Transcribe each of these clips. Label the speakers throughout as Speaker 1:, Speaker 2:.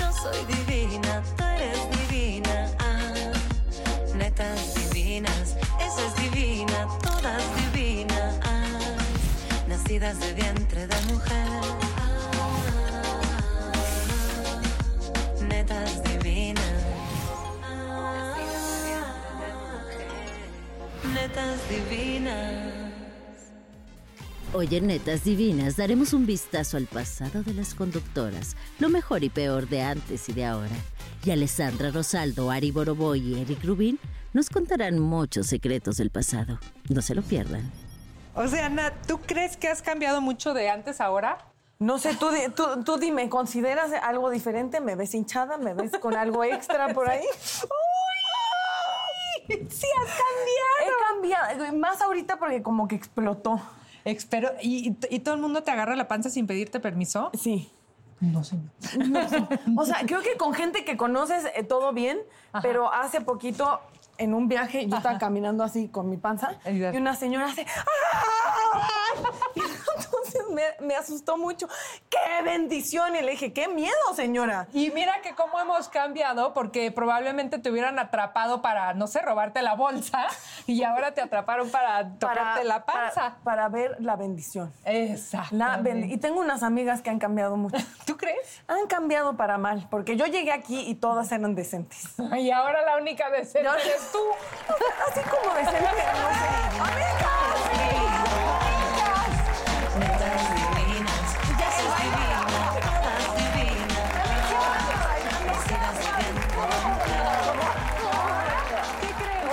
Speaker 1: Yo soy divina, tú eres divina. Ah, netas divinas, esa es divina, todas divinas. Ah, nacidas de vientre de mujer. Ah, netas divinas. Ah, netas divinas.
Speaker 2: Hoy en Netas Divinas daremos un vistazo al pasado de las conductoras, lo mejor y peor de antes y de ahora. Y Alessandra Rosaldo, Ari Boroboy y Eric Rubin nos contarán muchos secretos del pasado. No se lo pierdan.
Speaker 3: O sea, Ana, ¿tú crees que has cambiado mucho de antes a ahora?
Speaker 4: No sé, tú, di- tú, tú dime, ¿consideras algo diferente? ¿Me ves hinchada? ¿Me ves con algo extra por ahí?
Speaker 3: ¡Uy! Sí, has
Speaker 4: He
Speaker 3: cambiado.
Speaker 4: cambiado, eh, más ahorita porque como que explotó.
Speaker 3: Espero, ¿y, y todo el mundo te agarra la panza sin pedirte permiso?
Speaker 4: Sí.
Speaker 3: No, señor.
Speaker 4: O sea, creo que con gente que conoces eh, todo bien, pero hace poquito en un viaje yo estaba caminando así con mi panza
Speaker 3: Ay,
Speaker 4: y
Speaker 3: ya.
Speaker 4: una señora hace ¡Ay! Y entonces me, me asustó mucho. ¡Qué bendición! Y le dije, ¡qué miedo, señora!
Speaker 3: Y mira que cómo hemos cambiado, porque probablemente te hubieran atrapado para, no sé, robarte la bolsa y ahora te atraparon para tocarte la panza.
Speaker 4: Para, para ver la bendición.
Speaker 3: Exacto.
Speaker 4: La ben- y tengo unas amigas que han cambiado mucho.
Speaker 3: ¿Tú crees?
Speaker 4: Han cambiado para mal, porque yo llegué aquí y todas eran decentes.
Speaker 3: Y ahora la única decente
Speaker 4: No.
Speaker 3: eres tú.
Speaker 4: Así como decente, no sé.
Speaker 3: ¿Qué creen?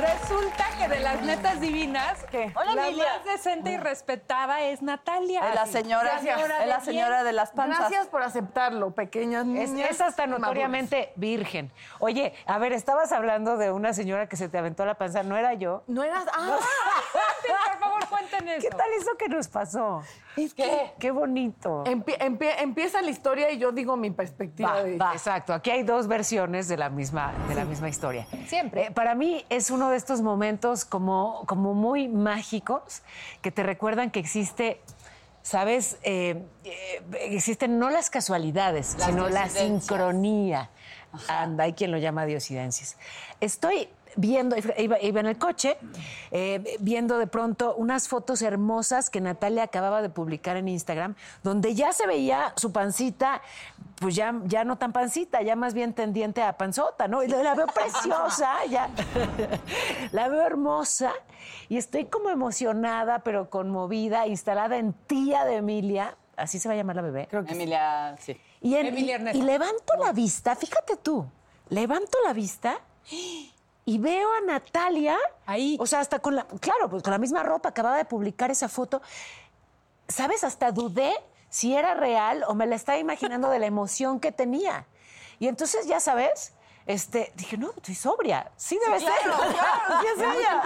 Speaker 3: Resulta que de las netas divinas,
Speaker 4: ¿Qué?
Speaker 3: Hola, la
Speaker 4: Emilia.
Speaker 3: más decente y respetada es Natalia.
Speaker 5: Es la señora,
Speaker 3: Señora
Speaker 5: es la
Speaker 3: de
Speaker 5: señora
Speaker 3: bien.
Speaker 5: de las panzas.
Speaker 4: Gracias por aceptarlo, pequeñas
Speaker 6: Es,
Speaker 4: niñas.
Speaker 6: es hasta notoriamente virgen. Oye, a ver, estabas hablando de una señora que se te aventó a la panza, no era yo.
Speaker 4: No eras. Ah,
Speaker 3: Sí, por favor, cuenten eso.
Speaker 6: ¿Qué tal eso que nos pasó?
Speaker 4: es que.
Speaker 6: Qué bonito.
Speaker 4: Empie- empie- empieza la historia y yo digo mi perspectiva.
Speaker 6: Va,
Speaker 4: de-
Speaker 6: va. Exacto, aquí hay dos versiones de la misma, de la misma historia.
Speaker 3: Siempre.
Speaker 6: Eh, para mí es uno de estos momentos como, como muy mágicos que te recuerdan que existe, ¿sabes? Eh, eh, existen no las casualidades, sino la sincronía. Anda, hay quien lo llama diosidencias. Estoy viendo, iba, iba en el coche, eh, viendo de pronto unas fotos hermosas que Natalia acababa de publicar en Instagram, donde ya se veía su pancita, pues ya, ya no tan pancita, ya más bien tendiente a panzota, ¿no? Y la veo preciosa, ya. La veo hermosa y estoy como emocionada, pero conmovida, instalada en tía de Emilia, así se va a llamar la bebé.
Speaker 5: Emilia, sí.
Speaker 6: Y, en-
Speaker 3: Emilia
Speaker 6: y-
Speaker 3: Ernesto.
Speaker 6: y levanto la vista, fíjate tú, levanto la vista
Speaker 3: ¡Ah!
Speaker 6: y veo a Natalia.
Speaker 3: Ahí.
Speaker 6: O sea, hasta con la. Claro, pues con la misma ropa, acababa de publicar esa foto. ¿Sabes? Hasta dudé si era real o me la estaba imaginando de la emoción que tenía. Y entonces, ya sabes, este, dije, no, estoy sobria. Sí, debe ser. Sí es ella.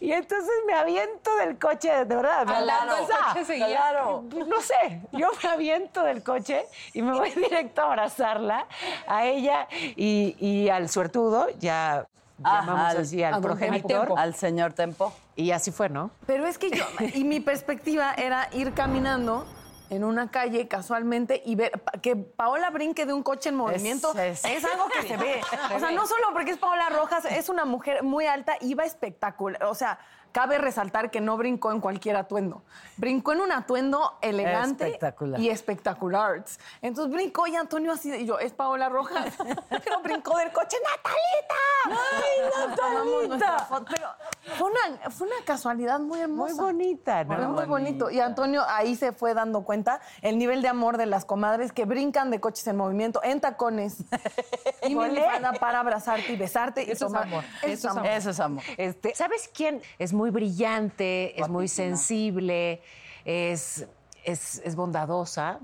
Speaker 6: y entonces me aviento del coche, de verdad. me
Speaker 3: Hablando del
Speaker 6: abraza.
Speaker 3: coche seguía.
Speaker 6: Claro. Pues No sé, yo me aviento del coche y me voy directo a abrazarla a ella y, y al suertudo, ya
Speaker 5: Ajá,
Speaker 6: llamamos
Speaker 5: al-
Speaker 6: así al
Speaker 4: a don
Speaker 6: progenitor.
Speaker 5: Al señor Tempo.
Speaker 6: Y así fue, ¿no?
Speaker 4: Pero es que yo. Y mi perspectiva era ir caminando en una calle casualmente y ver pa- que Paola brinque de un coche en movimiento
Speaker 6: es-
Speaker 4: es, algo que se ve. O sea, no solo porque es Paola Rojas, es una mujer muy alta y va espectacular. O sea, cabe resaltar que no brincó en cualquier atuendo. Brincó en un atuendo elegante
Speaker 6: Espectacular.
Speaker 4: y espectacular. Entonces brincó y Antonio así, y yo, es Paola Rojas, pero brincó del coche, ¡Natalita! ¡Ay, Natalita! Pero fue una, fue una casualidad muy hermosa.
Speaker 6: Muy bonita, ¿no?
Speaker 4: Fue muy bonito. Y Antonio ahí se fue dando cuenta el nivel de amor de las comadres que brincan de coches en movimiento, en tacones y minifalda para abrazarte y besarte.
Speaker 3: Eso
Speaker 4: y
Speaker 3: es
Speaker 4: tomar-
Speaker 3: amor.
Speaker 4: Eso es
Speaker 3: Eso es
Speaker 4: amor.
Speaker 3: amor.
Speaker 5: Eso es amor.
Speaker 6: Este, ¿Sabes quién? Es muy brillante, es muy sensible, es, es, es bondadosa.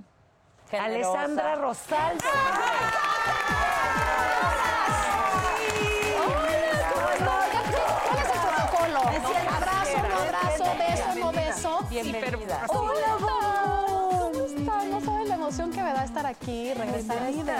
Speaker 3: Generosa.
Speaker 6: Alessandra Rosaldo.
Speaker 7: ¿Cuál es el protocolo? Abrazo, no abrazo, beso, no beso.
Speaker 6: Bienvenida.
Speaker 7: Hola, Bob. ¿Cómo están? No saben la emoción que me da estar aquí, regresar a este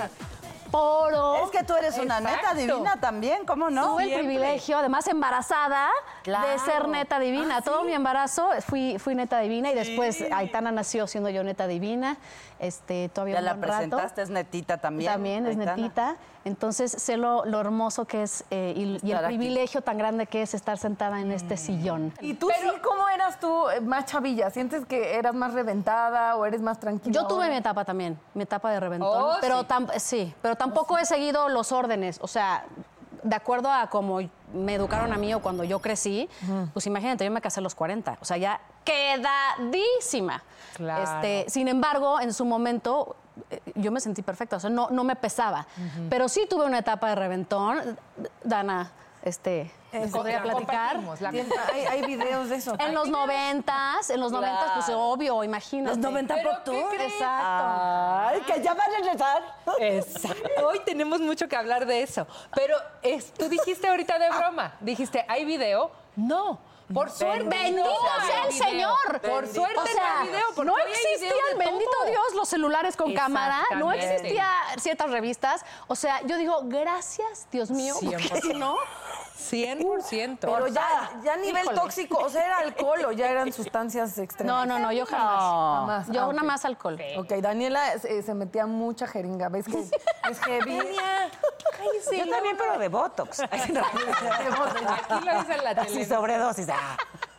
Speaker 7: poro.
Speaker 5: Es que tú eres una neta divina también, ¿cómo no?
Speaker 7: Tuve el privilegio, además embarazada, de ser neta
Speaker 5: Ah,
Speaker 7: divina. Todo mi embarazo fui, fui neta divina y después Aitana nació siendo yo neta divina. Este, todavía
Speaker 5: Ya
Speaker 7: un
Speaker 5: la
Speaker 7: buen rato.
Speaker 5: presentaste, es netita también.
Speaker 7: También es
Speaker 5: Aitana.
Speaker 7: netita. Entonces sé lo, lo hermoso que es eh, y, y
Speaker 5: Estar
Speaker 7: el
Speaker 5: aquí. Mm.
Speaker 7: privilegio tan grande que es estar sentada en este sillón.
Speaker 4: ¿Y tú sí, cómo eras tú eh, más chavilla? ¿Sientes que eras más reventada o eres más tranquila?
Speaker 7: Yo
Speaker 4: ahora?
Speaker 7: tuve mi etapa también, mi etapa de reventón,
Speaker 3: Oh,
Speaker 7: pero
Speaker 3: sí.
Speaker 7: tam- sí, pero tampoco
Speaker 4: Oh,
Speaker 7: he seguido los órdenes, o sea, de acuerdo a cómo me educaron a mí o cuando yo crecí, pues imagínate, yo me casé a los 40, o sea, ya quedadísima.
Speaker 3: Claro.
Speaker 7: Este, sin embargo, en su momento eh, yo me sentí perfecta, o sea, no, no me pesaba, pero sí tuve una etapa de reventón, Dana, este, podría
Speaker 3: la
Speaker 7: platicar.
Speaker 3: compartimos, la
Speaker 4: Tien- Hay, hay videos de eso.
Speaker 7: En los noventas, en los noventas, pues obvio, imagínate.
Speaker 5: Los 90
Speaker 3: ¿Pero
Speaker 5: por tú.
Speaker 3: qué crees?
Speaker 7: Exacto.
Speaker 5: Ay, que ya van a regresar.
Speaker 3: Exacto. Hoy tenemos mucho que hablar de eso. Pero es- tú dijiste ahorita de broma, dijiste, ¿hay video? No. Por suerte.
Speaker 7: Ah. Bendito
Speaker 3: no
Speaker 7: sea
Speaker 3: hay
Speaker 7: el
Speaker 3: video.
Speaker 7: Señor.
Speaker 3: Por suerte
Speaker 7: O sea,
Speaker 3: no hay video. porque
Speaker 7: no
Speaker 3: hoy hay video
Speaker 7: existían,
Speaker 3: de
Speaker 7: bendito
Speaker 3: todo.
Speaker 7: Dios, los celulares con cámara. No
Speaker 3: Exactamente.
Speaker 7: existía ciertas revistas. O sea, yo digo, gracias, Dios mío. porque si no,
Speaker 3: 100%.
Speaker 4: Pero ya, ya a nivel tóxico, o sea, era alcohol o ya eran sustancias extremas.
Speaker 7: no, no, no, yo jamás.
Speaker 4: Jamás.
Speaker 7: Yo
Speaker 4: Ah, ok.
Speaker 7: nada más alcohol.
Speaker 4: Ok, Daniela eh, se, metía mucha jeringa, ¿ves que es- es heavy?
Speaker 5: Yo también, pero de Botox.
Speaker 3: Aquí lo dice la
Speaker 5: Así
Speaker 3: tele.
Speaker 5: sobredosis. Ah.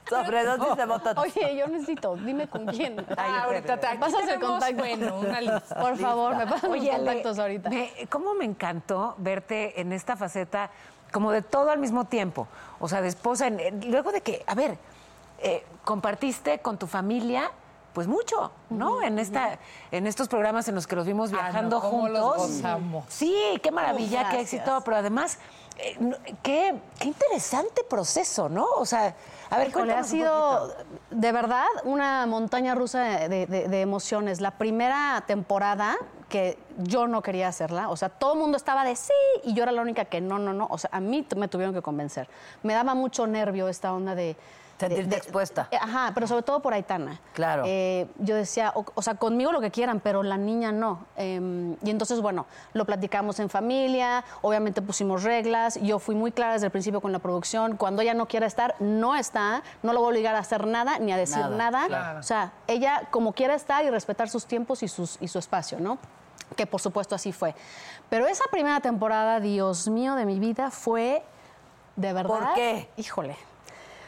Speaker 5: Sobredosis de Botox.
Speaker 7: Oye, yo necesito, dime con quién.
Speaker 3: Ah, ahorita te
Speaker 7: Me pasas el contacto.
Speaker 3: Bueno, una lista.
Speaker 7: Por favor, me pasas los
Speaker 6: Oye, Ale,
Speaker 7: contactos ahorita.
Speaker 6: me- ¿Cómo me encantó verte en esta faceta como de todo al mismo tiempo? O sea, de esposa, en- en- luego de que, a ver, eh, compartiste con tu familia. Pues mucho, ¿no? en esta, en estos programas en los que los vimos
Speaker 3: Ah, no,
Speaker 6: viajando
Speaker 3: cómo los
Speaker 6: juntos.
Speaker 3: gozamos.
Speaker 6: Sí, qué maravilla, qué
Speaker 7: gracias.
Speaker 6: éxito, pero además, eh, no- qué, qué interesante proceso, ¿no? O sea, a ver,
Speaker 7: Híjole,
Speaker 6: cuéntanos
Speaker 7: ha
Speaker 6: un
Speaker 7: sido
Speaker 6: poquito.
Speaker 7: de verdad una montaña rusa de, de- de emociones. La primera temporada que yo no quería hacerla, o sea, todo el mundo estaba de sí y yo era la única que no, no, no, o sea, a mí t- me tuvieron que convencer. Me daba mucho nervio esta onda de... de-
Speaker 5: Sentirte
Speaker 7: de-
Speaker 5: expuesta.
Speaker 7: Eh, Ajá, pero sobre todo por Aitana.
Speaker 5: Claro.
Speaker 7: Eh, yo decía, o, o sea, conmigo lo que quieran, pero la niña no. Eh, y entonces, bueno, lo platicamos en familia, obviamente pusimos reglas, yo fui muy clara desde el principio con la producción, cuando ella no quiera estar, no está, no lo voy a obligar a hacer nada ni a decir
Speaker 5: Nada,
Speaker 7: nada.
Speaker 3: claro.
Speaker 7: O sea, ella como quiera estar y respetar sus tiempos y, sus, y su espacio, ¿no? Que por supuesto así fue. Pero esa primera temporada, Dios mío, de mi vida fue... De verdad.
Speaker 5: qué?
Speaker 7: Híjole.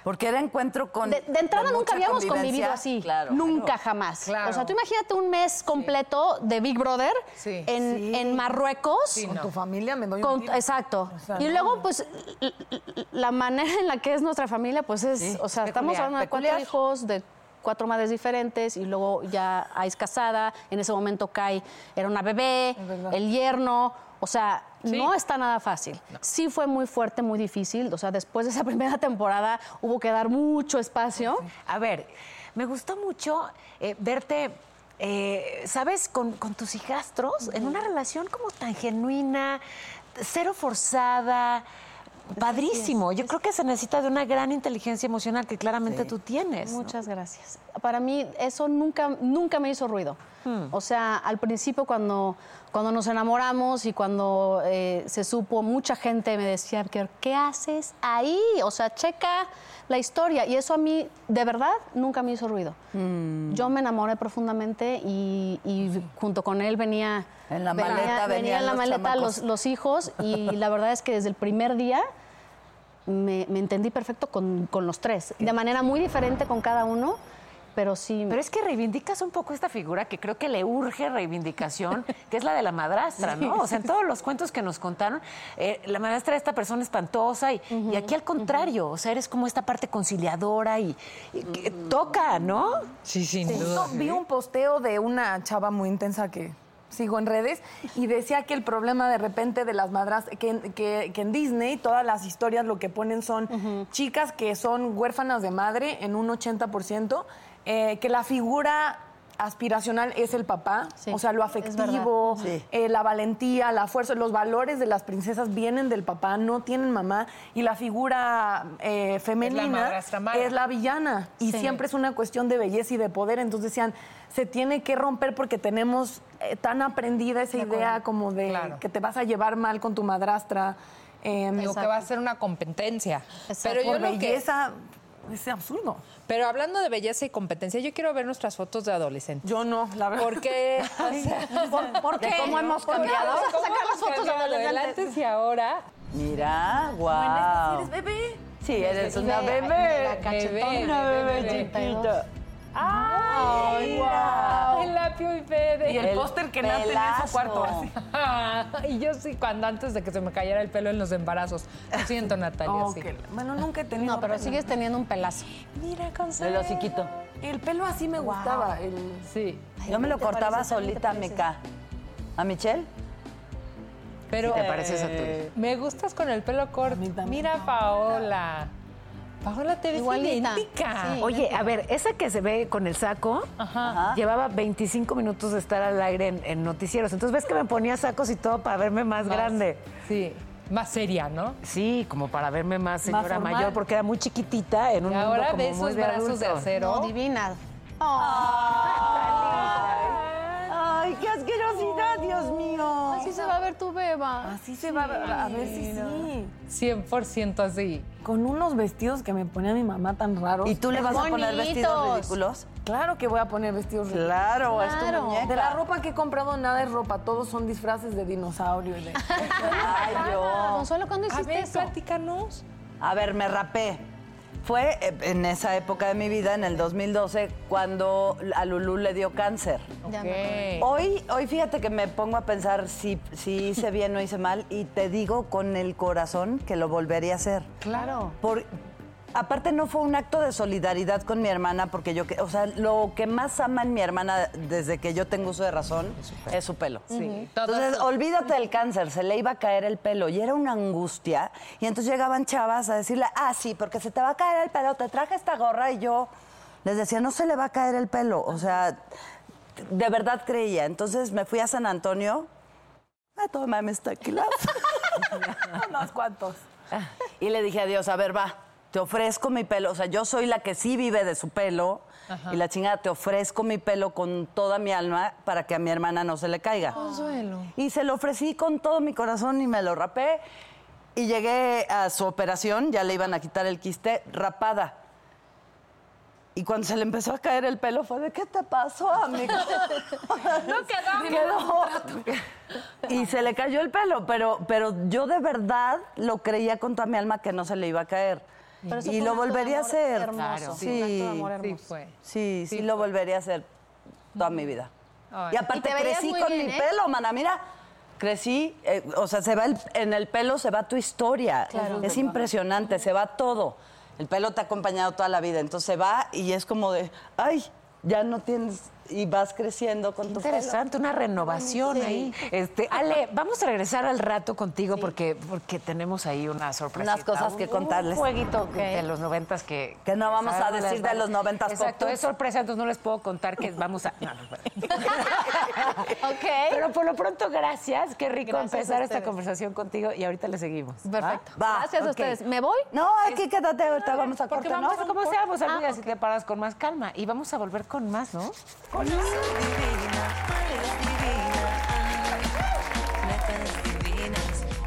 Speaker 5: Porque era encuentro con.
Speaker 7: De, de entrada
Speaker 5: con
Speaker 7: nunca
Speaker 5: mucha
Speaker 7: habíamos
Speaker 5: convivencia.
Speaker 7: convivido así.
Speaker 5: Claro.
Speaker 7: Nunca jamás.
Speaker 3: Claro.
Speaker 7: O sea, tú imagínate un mes completo de Big Brother
Speaker 3: Sí.
Speaker 7: En, en Marruecos.
Speaker 3: Sí,
Speaker 4: Con
Speaker 3: no.
Speaker 4: tu familia me doy un
Speaker 7: Con-
Speaker 4: tiro.
Speaker 7: exacto. y luego, pues, l- l- la manera en la que es nuestra familia, pues es, o sea, estamos
Speaker 5: peculiar,
Speaker 7: hablando de cuatro
Speaker 5: peculiar.
Speaker 7: hijos, de cuatro madres diferentes, y luego ya Ai es casada, en ese momento Kai era una bebé, el yerno, o sea, no está nada fácil. Sí fue muy fuerte, muy difícil, o sea, después de esa primera temporada hubo que dar mucho espacio.
Speaker 6: A ver, me gustó mucho eh, verte, eh, ¿sabes? Con, con tus hijastros, en una relación como tan genuina, cero forzada. Padrísimo. Yo creo que se necesita de una gran inteligencia emocional que claramente tú tienes. ¿no?
Speaker 7: Muchas gracias. para mí eso nunca, nunca me hizo ruido.
Speaker 5: Hmm.
Speaker 7: O sea, al principio cuando, cuando nos enamoramos y cuando eh, se supo, mucha gente me decía, "¿Qué- ¿qué haces ahí? O sea, checa la historia. Y eso a mí, de verdad, nunca me hizo ruido.
Speaker 5: Hmm.
Speaker 7: Yo me enamoré profundamente y, y junto con él venía...
Speaker 5: En la
Speaker 7: venía
Speaker 5: maleta venían
Speaker 7: en la
Speaker 5: los
Speaker 7: maleta
Speaker 5: chamacos.
Speaker 7: los, los hijos y la verdad es que desde el primer día me, me entendí perfecto con, con los tres, de manera muy diferente con cada uno, pero sí...
Speaker 6: Pero es que reivindicas un poco esta figura que creo que le urge reivindicación, que es la de la madrastra, ¿no? O sea, en todos los cuentos que nos contaron, eh, la madrastra era esta persona espantosa y, y aquí al contrario, o sea, eres como esta parte conciliadora y, y que toca, ¿no?
Speaker 8: Sí, sin
Speaker 4: Justo vi un posteo de una chava muy intensa que sigo en redes y decía que el problema de repente de las madras, que, en- que- que en Disney todas las historias lo que ponen son chicas que son huérfanas de madre en un 80%, eh, que la figura aspiracional es el papá,
Speaker 7: Sí,
Speaker 4: o sea, lo
Speaker 7: es verdad.
Speaker 4: afectivo,
Speaker 5: Sí.
Speaker 4: eh, la valentía, la fuerza, los valores de las princesas vienen del papá, no tienen mamá y la figura eh, femenina
Speaker 3: madrastra mala.
Speaker 4: es la villana y
Speaker 7: Sí.
Speaker 4: siempre es una cuestión de belleza y de poder. Entonces decían, se tiene que romper porque tenemos eh, tan aprendida esa idea como de
Speaker 3: Claro.
Speaker 4: que te vas a llevar mal con tu madrastra. eh,
Speaker 3: Digo que va a ser una competencia.
Speaker 7: Exacto.
Speaker 3: Pero yo lo
Speaker 4: por
Speaker 3: que
Speaker 4: belleza es absurdo.
Speaker 3: Pero hablando de belleza y competencia, yo quiero ver nuestras fotos de adolescentes.
Speaker 4: Yo no, la verdad.
Speaker 3: Porque
Speaker 7: ¿Por, por qué? ¿Cómo hemos
Speaker 3: ¿Por qué?
Speaker 7: cambiado? Vamos a
Speaker 3: ¿Cómo
Speaker 7: sacar las
Speaker 3: hemos
Speaker 7: fotos de
Speaker 3: cambiado? El
Speaker 7: adolescentes.
Speaker 3: antes y ahora.
Speaker 5: Mira, wow. eres bebé. Sí, eres una
Speaker 7: Bebé,
Speaker 5: bebé.
Speaker 7: mira, cachetón,
Speaker 5: Una
Speaker 7: bebé,
Speaker 5: bebé
Speaker 7: 32.
Speaker 5: chiquita. ¡Ay, wow!
Speaker 3: El lapio y Fede.
Speaker 4: Y el, póster que nace en su
Speaker 5: pelazo.
Speaker 4: cuarto así.
Speaker 3: y yo sí, cuando antes de que se me cayera el pelo en los embarazos. Lo siento, Natalia,
Speaker 4: Oh,
Speaker 3: sí.
Speaker 4: que la- Bueno, nunca he tenido.
Speaker 7: No, pero
Speaker 4: pelo.
Speaker 3: este
Speaker 7: sigues teniendo un pelazo.
Speaker 4: Mira, Consuelo.
Speaker 5: El hociquito.
Speaker 4: El pelo así me gustaba. el-
Speaker 3: Sí.
Speaker 5: Yo me lo
Speaker 7: ¿te
Speaker 5: cortaba
Speaker 7: parece? ¿También te
Speaker 5: solita a Meca. ¿A Michelle?
Speaker 3: Pero eh,
Speaker 6: ¿Te pareces a tú?
Speaker 3: me gustas con el pelo corto. Mira, Paola. Paola, te ves
Speaker 7: Igualita.
Speaker 3: idéntica.
Speaker 7: Sí.
Speaker 6: Oye, a ver, esa que se ve con el saco llevaba 25 minutos de estar al aire en, en noticieros. Entonces ves que me ponía sacos y todo para verme más, grande.
Speaker 3: Sí. Más seria, ¿no?
Speaker 6: Sí, como para verme más señora
Speaker 5: formal.
Speaker 6: mayor, porque era muy chiquitita en un
Speaker 3: Y
Speaker 6: mundo
Speaker 3: ahora
Speaker 6: como
Speaker 3: de
Speaker 6: muy
Speaker 3: esos
Speaker 6: de
Speaker 3: brazos de
Speaker 6: adulto.
Speaker 3: acero.
Speaker 7: No, divina.
Speaker 5: ¡Ay, qué asquerosidad, Dios mío!
Speaker 7: Así se va a ver tu beba.
Speaker 4: Así se va a, a ver si sí.
Speaker 3: 100% así.
Speaker 4: Con unos vestidos que me ponía mi mamá tan raros.
Speaker 5: ¿Y tú le vas a poner
Speaker 7: Bonitos.
Speaker 5: vestidos ridículos?
Speaker 4: Claro que voy a poner vestidos ridículos.
Speaker 5: Claro, es tu
Speaker 7: Claro.
Speaker 5: muñeca.
Speaker 4: De la ropa que he comprado, nada es ropa. Todos son disfraces de dinosaurio. y de-
Speaker 5: Ay, yo.
Speaker 7: Consuelo, ¿cuándo
Speaker 3: A
Speaker 7: hiciste
Speaker 3: ver,
Speaker 7: eso?
Speaker 3: platícanos.
Speaker 5: A ver, me rapé. Fue eh, en esa época de mi vida, en el 2012, cuando a Lulú le dio cáncer.
Speaker 7: Ya me acordé.
Speaker 3: Ok.
Speaker 5: Hoy, hoy fíjate que me pongo a pensar si, si hice bien o hice mal y te digo con el corazón que lo volvería a hacer.
Speaker 6: Claro.
Speaker 5: Por- aparte no fue un acto de solidaridad con mi hermana porque yo, que- o sea, lo que más ama en mi hermana desde que yo tengo uso de razón es su pelo. Entonces, olvídate del cáncer, se le iba a caer el pelo y era una angustia y entonces llegaban chavas a decirle, "Ah, sí, porque se te va a caer el pelo, te traje esta gorra" y yo les decía, "No se le va a caer el pelo", o sea, de verdad creía. Entonces, me fui a San Antonio a tomarme mis tequilas.
Speaker 4: Unos cuantos.
Speaker 5: Y le dije a Dios, a ver, va, te ofrezco mi pelo. O sea, yo soy la que sí vive de su pelo. Y la chingada, te ofrezco mi pelo con toda mi alma para que a mi hermana no se le caiga. Y se lo ofrecí con todo mi corazón y me lo rapé. Y llegué a su operación, ya le iban a quitar el quiste, rapada. Y cuando se le empezó a caer el pelo fue de, ¿qué te pasó, amigo? no quedó. quedó. Y se le cayó el pelo, pero, pero yo de verdad lo creía con toda mi alma que no se le iba a caer.
Speaker 7: Pero eso
Speaker 5: y
Speaker 7: fue
Speaker 5: lo
Speaker 7: un acto de
Speaker 5: volvería a
Speaker 7: amor
Speaker 5: hacer.
Speaker 7: hermoso, Claro.
Speaker 5: sí.
Speaker 7: un acto de amor
Speaker 5: sí,
Speaker 3: Sí, fue.
Speaker 5: sí, lo volvería a hacer toda mi vida.
Speaker 3: Ay.
Speaker 5: Y
Speaker 7: Y
Speaker 5: aparte
Speaker 7: te veías
Speaker 5: crecí
Speaker 7: muy
Speaker 5: con
Speaker 7: bien,
Speaker 5: mi
Speaker 7: ¿eh?
Speaker 5: pelo, mana, mira. Crecí, eh, o sea, se va el- en el pelo se va tu historia. Es impresionante, se va todo. El pelo te ha acompañado toda la vida, entonces se va y es como de, ay, ya no tienes y vas creciendo con tu
Speaker 6: Interesante, una renovación ahí. Este, Ale, vamos a regresar al rato contigo porque, porque tenemos ahí una sorpresa.
Speaker 5: Unas cosas que contarles.
Speaker 6: Un jueguito que- de los noventas que...
Speaker 5: Que no vamos a
Speaker 6: ¿sabes?
Speaker 5: decir de los noventas
Speaker 6: Exacto,
Speaker 5: pop
Speaker 6: es sorpresa, entonces no les puedo contar que vamos a... no, no, bueno.
Speaker 7: Ok.
Speaker 6: Pero por lo pronto, gracias. Qué rico
Speaker 7: Gracias a
Speaker 6: empezar esta
Speaker 7: ustedes.
Speaker 6: conversación contigo y ahorita le seguimos.
Speaker 7: Perfecto.
Speaker 5: Va,
Speaker 7: Gracias
Speaker 5: Ah, ok.
Speaker 7: a ustedes. ¿Me voy?
Speaker 5: No, aquí quédate, ahorita vamos a
Speaker 6: Porque
Speaker 5: cortar.
Speaker 6: vamos a como seamos,
Speaker 7: Ah,
Speaker 6: amigas, y te paras con más calma. Y vamos a volver con más, ¿no?
Speaker 1: divina, tú eres divina. Ah, netas divinas,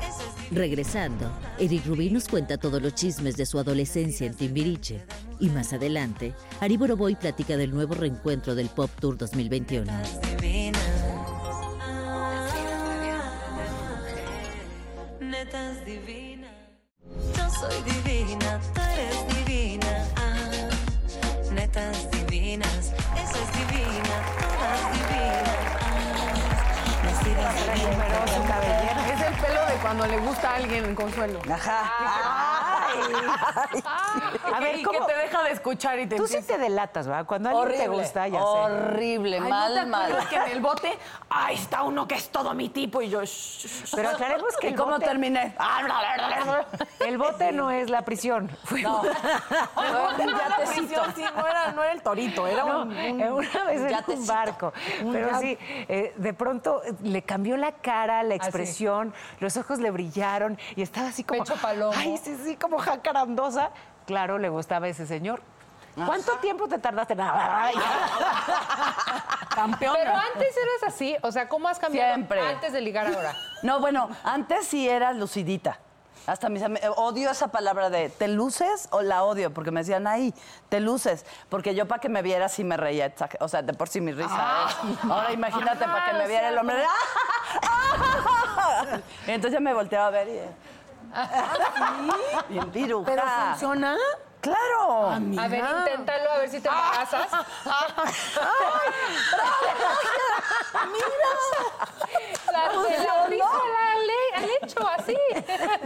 Speaker 1: eso es divina.
Speaker 2: Regresando, Eric Rubin nos cuenta todos los chismes de su adolescencia en Timbiriche. Y más adelante, Ari Boroboy platica del nuevo reencuentro del Pop Tour 2021.
Speaker 1: Netas divinas. Yo soy divina, tú eres divina. Ah, netas divinas, eso es divina, todas divinas. Ah, nacidas divinas.
Speaker 4: Es el pelo de cuando le gusta a alguien, Consuelo.
Speaker 5: Ajá.
Speaker 6: A ver,
Speaker 4: y
Speaker 6: ¿cómo?
Speaker 4: que te deja de escuchar y te
Speaker 6: Tú sí
Speaker 4: empieza-
Speaker 6: te delatas, ¿verdad? Cuando a alguien te gusta, ya sé.
Speaker 5: Horrible,
Speaker 4: Ay, ¿no te
Speaker 5: mal,
Speaker 4: acuerdas
Speaker 5: mal.
Speaker 4: que en el bote, ay, está uno que es todo mi tipo y yo... "Shh, shh, shh".
Speaker 6: Pero aclaremos que
Speaker 5: ¿Y
Speaker 6: el
Speaker 5: cómo
Speaker 6: bote,
Speaker 5: terminé?
Speaker 6: el bote no es la prisión. Fue
Speaker 4: El bote no era la prisión, sí, no era, no era el torito, era
Speaker 6: No,
Speaker 4: un...
Speaker 6: eh, una vez en un barco. pero sí, eh, de pronto eh, le cambió la cara, la expresión, los ojos le brillaron y estaba así como.
Speaker 3: Pecho palomo.
Speaker 6: Ay, sí, sí, como jacarandosa. Claro, le gustaba ese señor. ¿Cuánto tiempo te tardaste? Nada. ay,
Speaker 4: campeón.
Speaker 3: Pero antes eras así, o sea, ¿cómo has cambiado
Speaker 5: Siempre.
Speaker 3: antes de ligar ahora?
Speaker 5: No, bueno, antes sí era lucidita. Hasta mis ami- eh, odio esa palabra de ¿te luces o la odio? Porque me decían, ay, te luces. Porque yo para que me viera sí me reía. exa- O sea, de por sí mi risa.
Speaker 3: Ah.
Speaker 5: ¿eh? Ahora imagínate para que me viera el hombre. Entonces me volteaba a ver y... eh,
Speaker 4: Ah,
Speaker 5: Bien piruja.
Speaker 4: ¿Pero funciona? Ah,
Speaker 5: Claro.
Speaker 3: A ver, inténtalo, a ver si te embarazas.
Speaker 4: Pues
Speaker 3: ¡Mira! de la risa la han hecho así.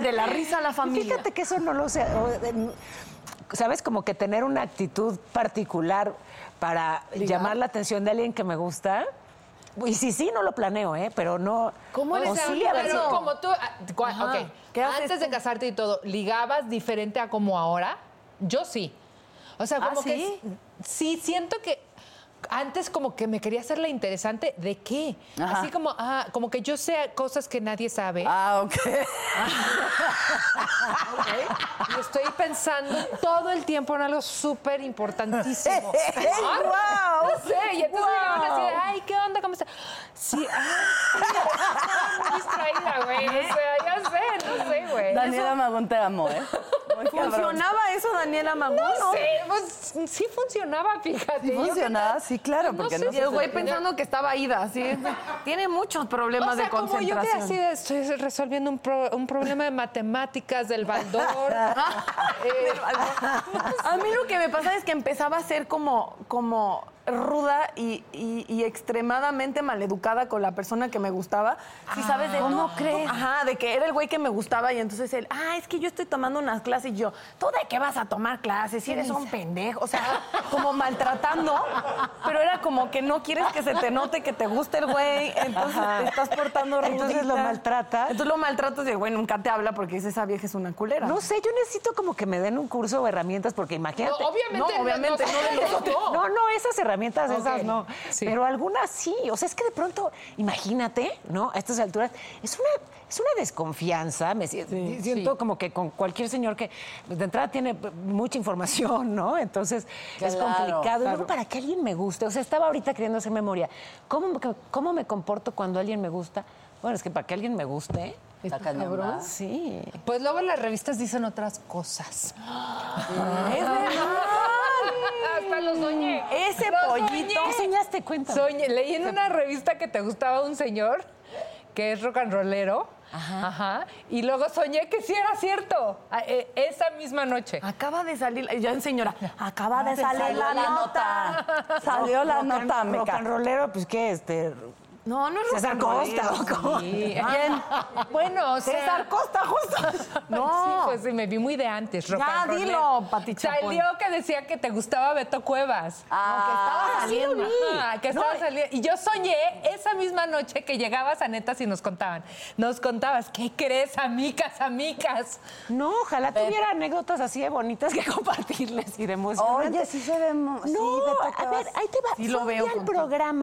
Speaker 4: De la risa a la familia.
Speaker 6: Fíjate que eso no lo sé. o, eh, ¿Sabes? Como que tener una actitud particular para llamar la atención de alguien que me gusta. Y si sí, no lo planeo, ¿eh? Pero no.
Speaker 3: ¿Cómo eres
Speaker 6: o sí, a
Speaker 3: ahora?
Speaker 6: ver,
Speaker 3: Pero
Speaker 6: sí.
Speaker 3: como tú, ah, cua- ok,
Speaker 4: ¿Qué haces
Speaker 3: antes de casarte y todo, ¿ligabas diferente a como ahora? Yo sí. O sea,
Speaker 5: ¿Ah,
Speaker 3: como que s-
Speaker 5: sí?
Speaker 3: sí siento que antes como que me quería hacer la interesante de qué.
Speaker 5: Ajá.
Speaker 3: Así como, ah, como que yo sé cosas que nadie sabe.
Speaker 5: Ah, ok.
Speaker 3: Y estoy pensando todo el tiempo en algo súper importantísimo.
Speaker 5: ¡Ey, guau!
Speaker 3: No sé, y entonces me van a decir, ay, ¿qué onda? ¿Cómo está? Sí, ay, estoy muy distraída, güey. O sea, ya sé, no sé, güey.
Speaker 5: Daniela Magón, te amo, ¿eh? Muy cabrón.
Speaker 4: ¿Funcionaba eso, Daniela Magón?
Speaker 3: No sé, pues, sí funcionaba, fíjate.
Speaker 5: Sí
Speaker 3: Yo-
Speaker 5: funcionaba, sí, claro, porque
Speaker 3: sé
Speaker 5: no,
Speaker 3: si
Speaker 4: Y el
Speaker 5: se
Speaker 4: güey pensando que estaba ida, así. Tiene muchos problemas
Speaker 3: O sea,
Speaker 4: de
Speaker 3: como yo que
Speaker 4: concentración.
Speaker 3: así de, estoy resolviendo un, pro- un problema de matemáticas del Baldor. Eh,
Speaker 4: A mí lo que me pasa es que empezaba a ser como, como ruda y, y- y extremadamente maleducada con la persona que me gustaba. Si sabes de ¿Cómo crees? Ajá, de que era el güey que me gustaba y entonces él, ah, es que yo estoy tomando unas clases y yo, ¿tú de qué vas a tomar clases? Si eres un pendejo. O sea, como maltratando, pero era como que no quieres que se te note que te gusta el güey, entonces te estás portando ruda.
Speaker 6: Entonces lo maltratas.
Speaker 4: Entonces lo maltratas y el güey nunca te habla porque dices, esa vieja es una culera.
Speaker 6: No sé, yo necesito como que me den un curso o herramientas, porque
Speaker 3: no,
Speaker 6: imagínate.
Speaker 3: obviamente, no,
Speaker 4: obviamente, no de los
Speaker 3: no.
Speaker 6: No, no, esas herramientas,
Speaker 3: Ok,
Speaker 6: esas no.
Speaker 3: sí.
Speaker 6: Pero algunas sí. O sea, es que de pronto, imagínate, ¿no? A estas alturas, es una, es una desconfianza. Me si- siento como que con cualquier señor que de entrada tiene p- mucha información, ¿no? Entonces es
Speaker 5: Claro,
Speaker 6: complicado. Y luego, para que alguien me guste. O sea, estaba ahorita queriendo hacer memoria. ¿Cómo, me- ¿Cómo me comporto cuando alguien me gusta? Bueno, es que para que alguien me guste.
Speaker 5: Está cañón, ¿verdad?
Speaker 6: Sí.
Speaker 3: Pues luego las revistas dicen otras cosas. Hasta los soñé.
Speaker 4: Ese
Speaker 3: Los
Speaker 4: pollito.
Speaker 6: ¿Qué soñaste? Cuéntame.
Speaker 3: Soñé, leí en una revista que te gustaba un señor que es rock and rollero. Ajá. Y luego soñé que sí era cierto. a- e- esa misma noche.
Speaker 4: Acaba de salir, ya en señora, acaba de salir
Speaker 5: Salió
Speaker 4: Ah, la
Speaker 5: la
Speaker 4: nota.
Speaker 5: nota. Salió la nota, me
Speaker 6: rock and
Speaker 5: ca-
Speaker 6: rollero, pues qué, este,
Speaker 4: No, no es
Speaker 6: César Costa. ¿o cómo?
Speaker 4: ¿Quién?
Speaker 3: Bueno, o sea,
Speaker 4: César Costa, justo.
Speaker 3: No, sí, pues sí, me vi muy de antes. rock
Speaker 4: Ya,
Speaker 3: and roll.
Speaker 4: dilo, Pati Chapoy.
Speaker 3: Salió que decía que te gustaba Beto Cuevas.
Speaker 4: Ah,
Speaker 3: que estaba saliendo. Ajá, que estaba saliendo. Y yo soñé esa misma noche que llegabas a Netas y nos contaban. Nos contabas, ¿qué crees, amicas, amicas?
Speaker 6: No, ojalá tuviera anécdotas así de bonitas que compartirles y de emocionantes.
Speaker 5: Oye, sí se ve. No,
Speaker 6: no, a ver, ahí te va.
Speaker 4: Sí lo
Speaker 6: Sube
Speaker 4: veo
Speaker 6: al
Speaker 4: con todo.
Speaker 6: programa.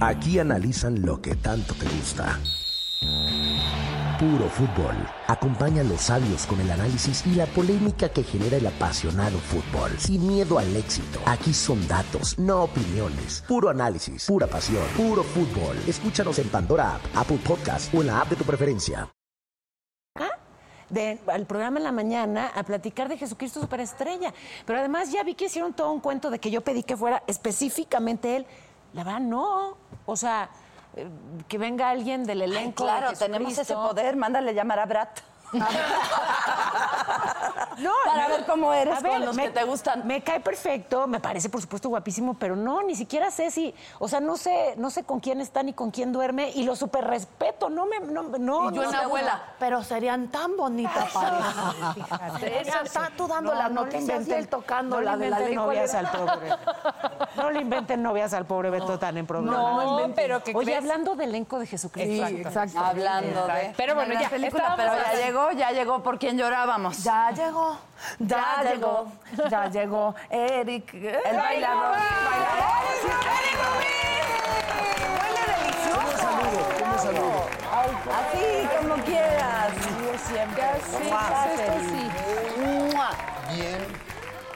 Speaker 8: Aquí analizan lo que tanto te gusta. Puro fútbol. Acompaña a los sabios con el análisis y la polémica que genera el apasionado fútbol. Sin miedo al éxito. Aquí son datos, no opiniones. Puro análisis, pura pasión, puro fútbol. Escúchanos en Pandora App, Apple Podcast o en la app de tu preferencia.
Speaker 6: de- al programa en la mañana a platicar de Jesucristo Superestrella. Pero además ya vi que hicieron todo un cuento de que yo pedí que fuera específicamente él. La verdad, no. O sea, eh, que venga alguien del
Speaker 5: Ay,
Speaker 6: elenco. de
Speaker 5: claro, tenemos ese
Speaker 6: Jesucristo.
Speaker 5: poder. Mándale llamar a Brat.
Speaker 6: No,
Speaker 5: Para
Speaker 6: no.
Speaker 5: ver cómo eres
Speaker 6: A
Speaker 5: con los que te gustan.
Speaker 6: Me cae perfecto, me parece por supuesto guapísimo, pero no, ni siquiera sé si, o sea, no sé, no sé con quién está ni con quién duerme y lo super respeto, no me, no, no.
Speaker 5: yo
Speaker 6: no
Speaker 5: en
Speaker 6: sé.
Speaker 5: la abuela.
Speaker 4: Pero serían tan bonitas pareja. Está tú dando
Speaker 6: No,
Speaker 4: las
Speaker 6: no le
Speaker 4: noticias y
Speaker 6: inventen-
Speaker 4: él tocando
Speaker 6: no le
Speaker 4: la de la
Speaker 6: inventen
Speaker 4: ley.
Speaker 6: novias al pobre. No le inventen novias al pobre Beto tan en problema.
Speaker 3: no,
Speaker 6: le inventen.
Speaker 3: pero ¿qué
Speaker 6: Oye,
Speaker 3: crees?
Speaker 6: hablando del elenco de Jesucristo.
Speaker 4: Sí, exacto.
Speaker 5: Hablando de.
Speaker 3: Pero bueno,
Speaker 5: de la
Speaker 3: ya,
Speaker 5: película,
Speaker 3: estábamos
Speaker 5: pero ya
Speaker 3: hablando-
Speaker 5: llegó, ya llegó por quien llorábamos.
Speaker 4: Ya llegó, ya,
Speaker 5: Ya
Speaker 4: llegó, ya llegó Eric.
Speaker 5: El bailador. el bailador.
Speaker 8: Un saludo, un saludo.
Speaker 5: Así como quieras.
Speaker 8: Bien,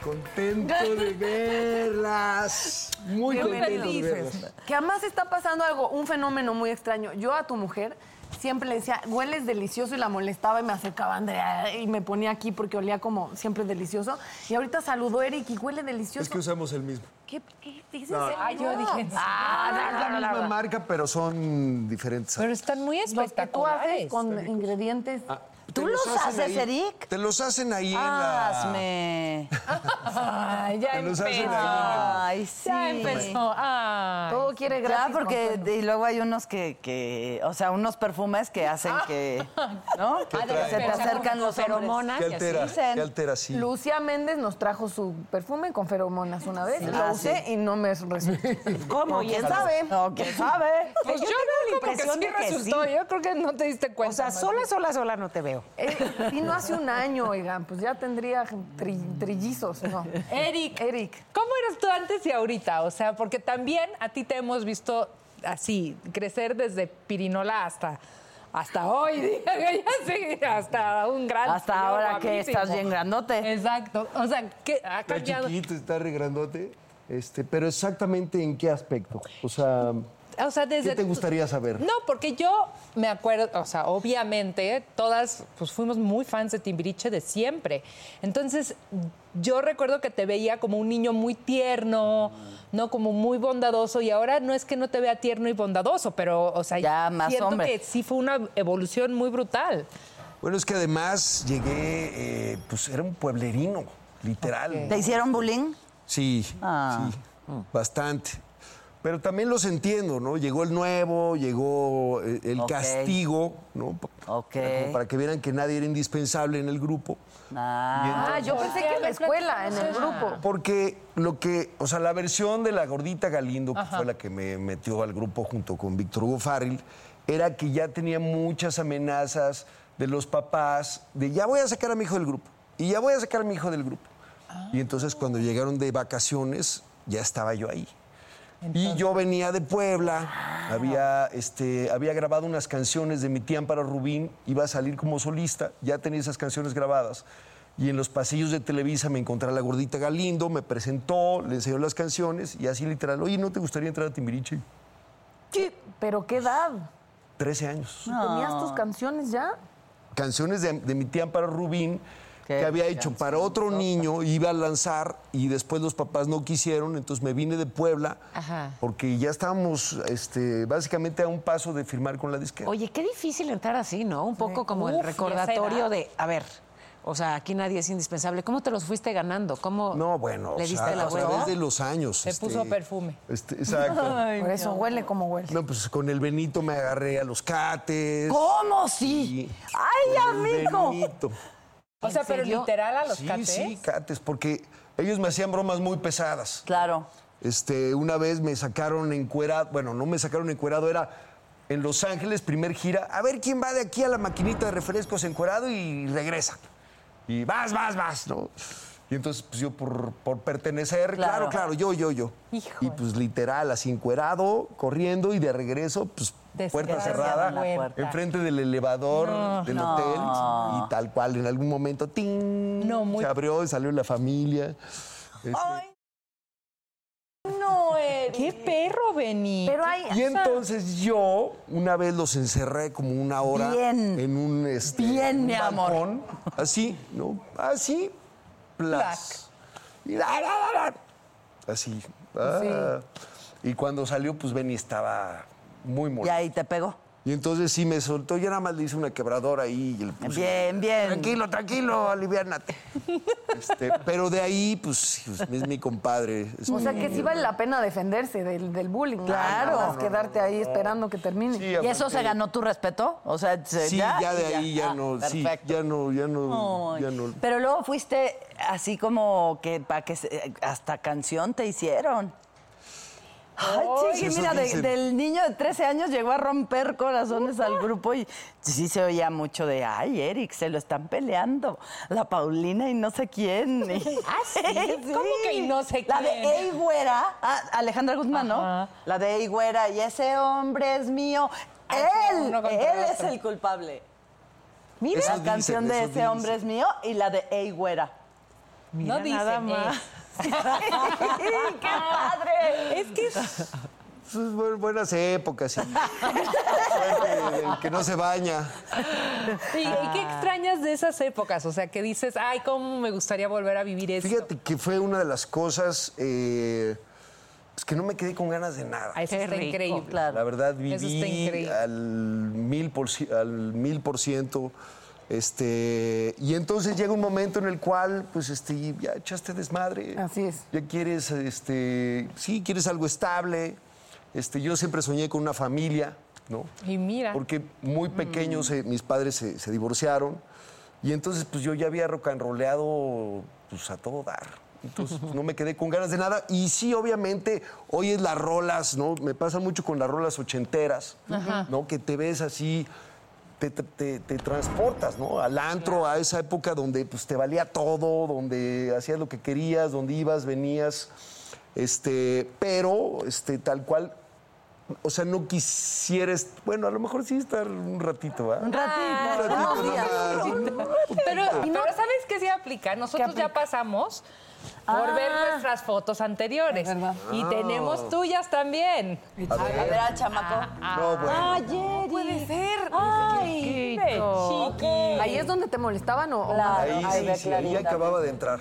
Speaker 8: contento de verlas. Muy contento de verlas.
Speaker 4: Que además está pasando algo, un fenómeno muy extraño. Yo a tu mujer siempre le decía, hueles delicioso y la molestaba y me acercaba Andrea y me ponía aquí porque olía como siempre delicioso. Y ahorita saludó Eric y huele delicioso.
Speaker 8: Es que usamos el mismo.
Speaker 4: ¿Qué, qué dices? Ah,
Speaker 8: No.
Speaker 3: Ah, yo dije,
Speaker 8: Es la misma marca, pero son diferentes.
Speaker 3: pero están muy
Speaker 4: Los que tú haces
Speaker 3: espectaculares.
Speaker 4: con ingredientes.
Speaker 5: ¿Tú los haces, Eric?
Speaker 8: Te los hacen ahí en la...
Speaker 5: Hazme.
Speaker 3: Ay, ya
Speaker 8: Te los hacen
Speaker 3: empezó.
Speaker 5: Ay, sí.
Speaker 3: Ya empezó. Ay.
Speaker 4: Todo quiere gratis.
Speaker 5: Ya, porque y luego hay unos que, que, o sea, unos perfumes que hacen que, ¿no? Que
Speaker 8: traen.
Speaker 5: se te acercan los hombres.
Speaker 6: Feromonas
Speaker 8: ¿Qué
Speaker 6: y así.
Speaker 8: altera?
Speaker 5: dicen.
Speaker 8: ¿Qué altera? Sí.
Speaker 4: Lucía Méndez nos trajo su perfume con feromonas una vez. lo
Speaker 5: Ah,
Speaker 4: usé y no me resultó.
Speaker 6: ¿Cómo? ¿Y
Speaker 5: ¿Quién
Speaker 6: eso?
Speaker 5: sabe? No, ¿quién sabe?
Speaker 6: Pues yo tengo la impresión de que
Speaker 3: resultó.
Speaker 6: sí.
Speaker 3: Yo creo que no te diste
Speaker 6: O
Speaker 3: cuenta.
Speaker 6: sea,
Speaker 3: más
Speaker 6: sola, sola, sola no te veo.
Speaker 4: Eh, vino hace un año, oigan, pues ya tendría tri- trillizos, ¿no?
Speaker 3: Eric.
Speaker 4: Eric.
Speaker 3: ¿Cómo eras tú antes y ahorita? O sea, porque también a ti te hemos visto así, crecer desde Pirinola hasta, hasta hoy, dije, ya sé, hasta un gran.
Speaker 5: Hasta
Speaker 3: señor
Speaker 5: ahora que
Speaker 3: guapísimo.
Speaker 5: estás bien grandote.
Speaker 3: Exacto. O sea, ¿qué ha
Speaker 9: Está
Speaker 3: cambiado?
Speaker 9: chiquito, está re grandote. Este, pero exactamente en qué aspecto. O sea,
Speaker 3: O sea, desde
Speaker 9: ¿Qué te gustaría saber?
Speaker 3: No, porque yo me acuerdo, o sea, obviamente todas pues fuimos muy fans de Timbiriche de siempre. Entonces, yo recuerdo que te veía como un niño muy tierno, no como muy bondadoso y ahora no es que no te vea tierno y bondadoso, pero o sea,
Speaker 5: Ya, más
Speaker 3: siento
Speaker 5: hombre.
Speaker 3: que sí fue una evolución muy brutal.
Speaker 8: Bueno, es que además llegué, eh, pues era un pueblerino, literal.
Speaker 5: ¿Te hicieron bullying?
Speaker 8: Sí,
Speaker 5: Ah.
Speaker 8: sí, bastante. Pero también los entiendo, ¿no? Llegó el nuevo, llegó eh, el
Speaker 5: Ok.
Speaker 8: castigo, ¿no? Pa-
Speaker 5: Ok.
Speaker 8: como para que vieran que nadie era indispensable en el grupo.
Speaker 5: Ah.
Speaker 4: Ah, yo pensé que en la escuela, en el grupo.
Speaker 8: Porque lo que, o sea, la versión de la gordita Galindo, que fue la que me metió al grupo junto con Víctor Hugo Farril, era que ya tenía muchas amenazas de los papás, de ya voy a sacar a mi hijo del grupo, y ya voy a sacar a mi hijo del grupo. Y entonces cuando llegaron de vacaciones, ya estaba yo ahí. Y yo venía de Puebla, había, este, había grabado unas canciones de mi tía Amparo Rubín, iba a salir como solista, ya tenía esas canciones grabadas. Y en los pasillos de Televisa me encontré a la gordita Galindo, me presentó, le enseñó las canciones y así literal, oye, ¿no te gustaría entrar a Timbiriche?
Speaker 4: ¿Pero qué edad?
Speaker 8: 13 años.
Speaker 4: ¿Tenías tus canciones ya?
Speaker 8: Canciones de, de mi tía Amparo Rubín que había hecho para otro niño, iba a lanzar y después los papás no quisieron, entonces me vine de Puebla
Speaker 6: Ajá.
Speaker 8: porque ya estábamos este, básicamente a un paso de firmar con la disquera.
Speaker 6: Oye, qué difícil entrar así, ¿no? Un poco como
Speaker 3: Uf,
Speaker 6: el
Speaker 3: y esa
Speaker 6: recordatorio
Speaker 3: edad.
Speaker 6: de, a ver, o sea, aquí nadie es indispensable. ¿Cómo te los fuiste ganando? ¿Cómo
Speaker 8: no, bueno,
Speaker 6: le
Speaker 8: o
Speaker 6: diste
Speaker 8: sea,
Speaker 6: la
Speaker 8: a
Speaker 6: vuelta?
Speaker 8: través de los años.
Speaker 3: Se puso perfume.
Speaker 8: Este, exacto.
Speaker 4: Por eso huele como huele.
Speaker 8: No, pues con el Benito me agarré a los cates.
Speaker 5: ¿Cómo
Speaker 8: Sí.
Speaker 5: sí? ¡Ay,
Speaker 8: Con el
Speaker 5: amigo!
Speaker 8: Benito.
Speaker 3: O sea, pero
Speaker 6: serio?
Speaker 3: literal a los
Speaker 8: Sí,
Speaker 3: cates.
Speaker 8: sí, cates, porque ellos me hacían bromas muy pesadas.
Speaker 5: Claro.
Speaker 8: Este, una vez me sacaron encuerado, bueno, no me sacaron encuerado, era en Los Ángeles, primer gira, a ver quién va de aquí a la maquinita de refrescos encuerado y regresa. Y vas, vas, vas, ¿no? Y entonces, pues yo por, por pertenecer,
Speaker 5: Claro.
Speaker 8: claro. claro, yo, yo, yo.
Speaker 3: Híjole.
Speaker 8: Y pues literal, así encuerado, corriendo y de regreso, pues puerta
Speaker 3: Desgraciada
Speaker 8: cerrada,
Speaker 3: la puerta.
Speaker 8: enfrente del elevador del hotel y tal cual, en algún momento, ¡ting!
Speaker 3: No, muy-
Speaker 8: Se abrió y salió la familia. Este,
Speaker 4: No, Eri.
Speaker 3: ¡Qué perro, Beni!
Speaker 4: Pero hay.
Speaker 8: Y entonces yo una vez los encerré como una hora
Speaker 5: Bien.
Speaker 8: en un este,
Speaker 5: Bien,
Speaker 8: un
Speaker 5: mi amor.
Speaker 8: balcón, así, ¿no? Así, plas. Y la, la, la, la. Así. ah. Y cuando salió, pues Benny estaba muy
Speaker 5: Y
Speaker 8: molesto.
Speaker 5: ahí te pegó.
Speaker 8: Y entonces sí me soltó, yo nada más le hice una quebradora ahí y pues, le
Speaker 5: Pues
Speaker 8: puse,
Speaker 5: Bien, bien.
Speaker 8: Tranquilo, tranquilo, aliviánate. Este, pero de ahí, pues, es mi compadre. es
Speaker 4: O sea
Speaker 8: mi-
Speaker 4: que sí vale la pena defenderse del, del bullying. Claro. Vas quedarte ahí esperando que termine.
Speaker 8: Sí,
Speaker 5: ¿Y eso
Speaker 8: aparte-
Speaker 5: se ganó tu respeto? O sea, se-
Speaker 8: Sí, ya, de
Speaker 5: y
Speaker 8: ahí ya,
Speaker 5: Ah,
Speaker 8: no, sí,
Speaker 5: perfecto.
Speaker 8: ya no, ya no,
Speaker 5: Ay.
Speaker 8: ya no.
Speaker 5: Pero luego fuiste así como que para que se- hasta canción te hicieron. Ay, chiqui,
Speaker 8: Eso
Speaker 5: mira, de-
Speaker 8: dicen.
Speaker 5: del niño de 13 años llegó a romper corazones al grupo y sí se oía mucho de, ay, Eric, se lo están peleando, la Paulina y no sé quién. ¿Ah, sí?
Speaker 3: ¿Cómo que y no sé
Speaker 5: La de
Speaker 3: quién?
Speaker 5: Ey Güera, ah, Alejandra Guzmán,
Speaker 3: Ajá.
Speaker 5: ¿no? La de Ey Güera, y ese hombre es mío,
Speaker 3: Ah, sí,
Speaker 5: él,
Speaker 3: uno contra
Speaker 5: él es
Speaker 3: otro.
Speaker 5: el culpable.
Speaker 8: Mira.
Speaker 5: la
Speaker 8: Eso
Speaker 5: canción
Speaker 8: dicen,
Speaker 5: de
Speaker 8: eso
Speaker 5: ese hombre es mío y la de Ey Güera.
Speaker 3: no dicen
Speaker 6: nada más.
Speaker 3: eh.
Speaker 5: ¡Qué padre!
Speaker 3: Es que
Speaker 8: Sus bu- Pues, buenas épocas. y- Suerte del que no se baña.
Speaker 3: ¿Y, y qué extrañas de esas épocas? O sea, que dices, ay, cómo me gustaría volver a vivir eso.
Speaker 8: Fíjate que fue una de las cosas eh, pues que no me quedé con ganas de nada.
Speaker 3: Ah, eso
Speaker 6: Qué
Speaker 3: está
Speaker 6: rico,
Speaker 3: increíble.
Speaker 8: La verdad,
Speaker 3: Eso está
Speaker 8: viví
Speaker 3: increíble.
Speaker 8: al mil, por, ci- al mil por ciento. Este, y entonces llega un momento en el cual, pues, este, ya echaste desmadre.
Speaker 4: Así es.
Speaker 8: Ya quieres, este, sí, quieres algo estable. Este, yo siempre soñé con una familia, ¿no?
Speaker 3: Y mira,
Speaker 8: Porque muy pequeños eh, mis padres se, se divorciaron. Y entonces, pues, yo ya había rock and rollado, pues, a todo dar. Entonces, pues, no me quedé con ganas de nada. Y sí, obviamente, hoy es las rolas, ¿no? Me pasa mucho con las rolas ochenteras, ¿no? Que te ves así, te, te- te- te transportas, ¿no? Al antro, a esa época donde pues, te valía todo, donde hacías lo que querías, donde ibas, venías. Este, pero este, tal cual, o sea, no quisieras, bueno, a lo mejor sí estar un ratito, ¿va? Un
Speaker 5: ratito.
Speaker 8: ratito nada más.
Speaker 3: pero, pero ¿sabes qué se aplica? Nosotros ya pasamos por ver
Speaker 5: Ah.
Speaker 3: nuestras fotos anteriores. Y tenemos tuyas también. Ah,
Speaker 5: A ver, al chamaco.
Speaker 8: No, bueno.
Speaker 5: ¡Ay, Ah. Eric!
Speaker 4: Puede ser.
Speaker 5: ¡Ay!
Speaker 4: Ahí es donde te molestaban o. o-
Speaker 5: Claro.
Speaker 8: Ahí
Speaker 5: Ay,
Speaker 8: sí,
Speaker 5: ve
Speaker 8: sí, ahí
Speaker 5: clarita.
Speaker 8: acababa de entrar.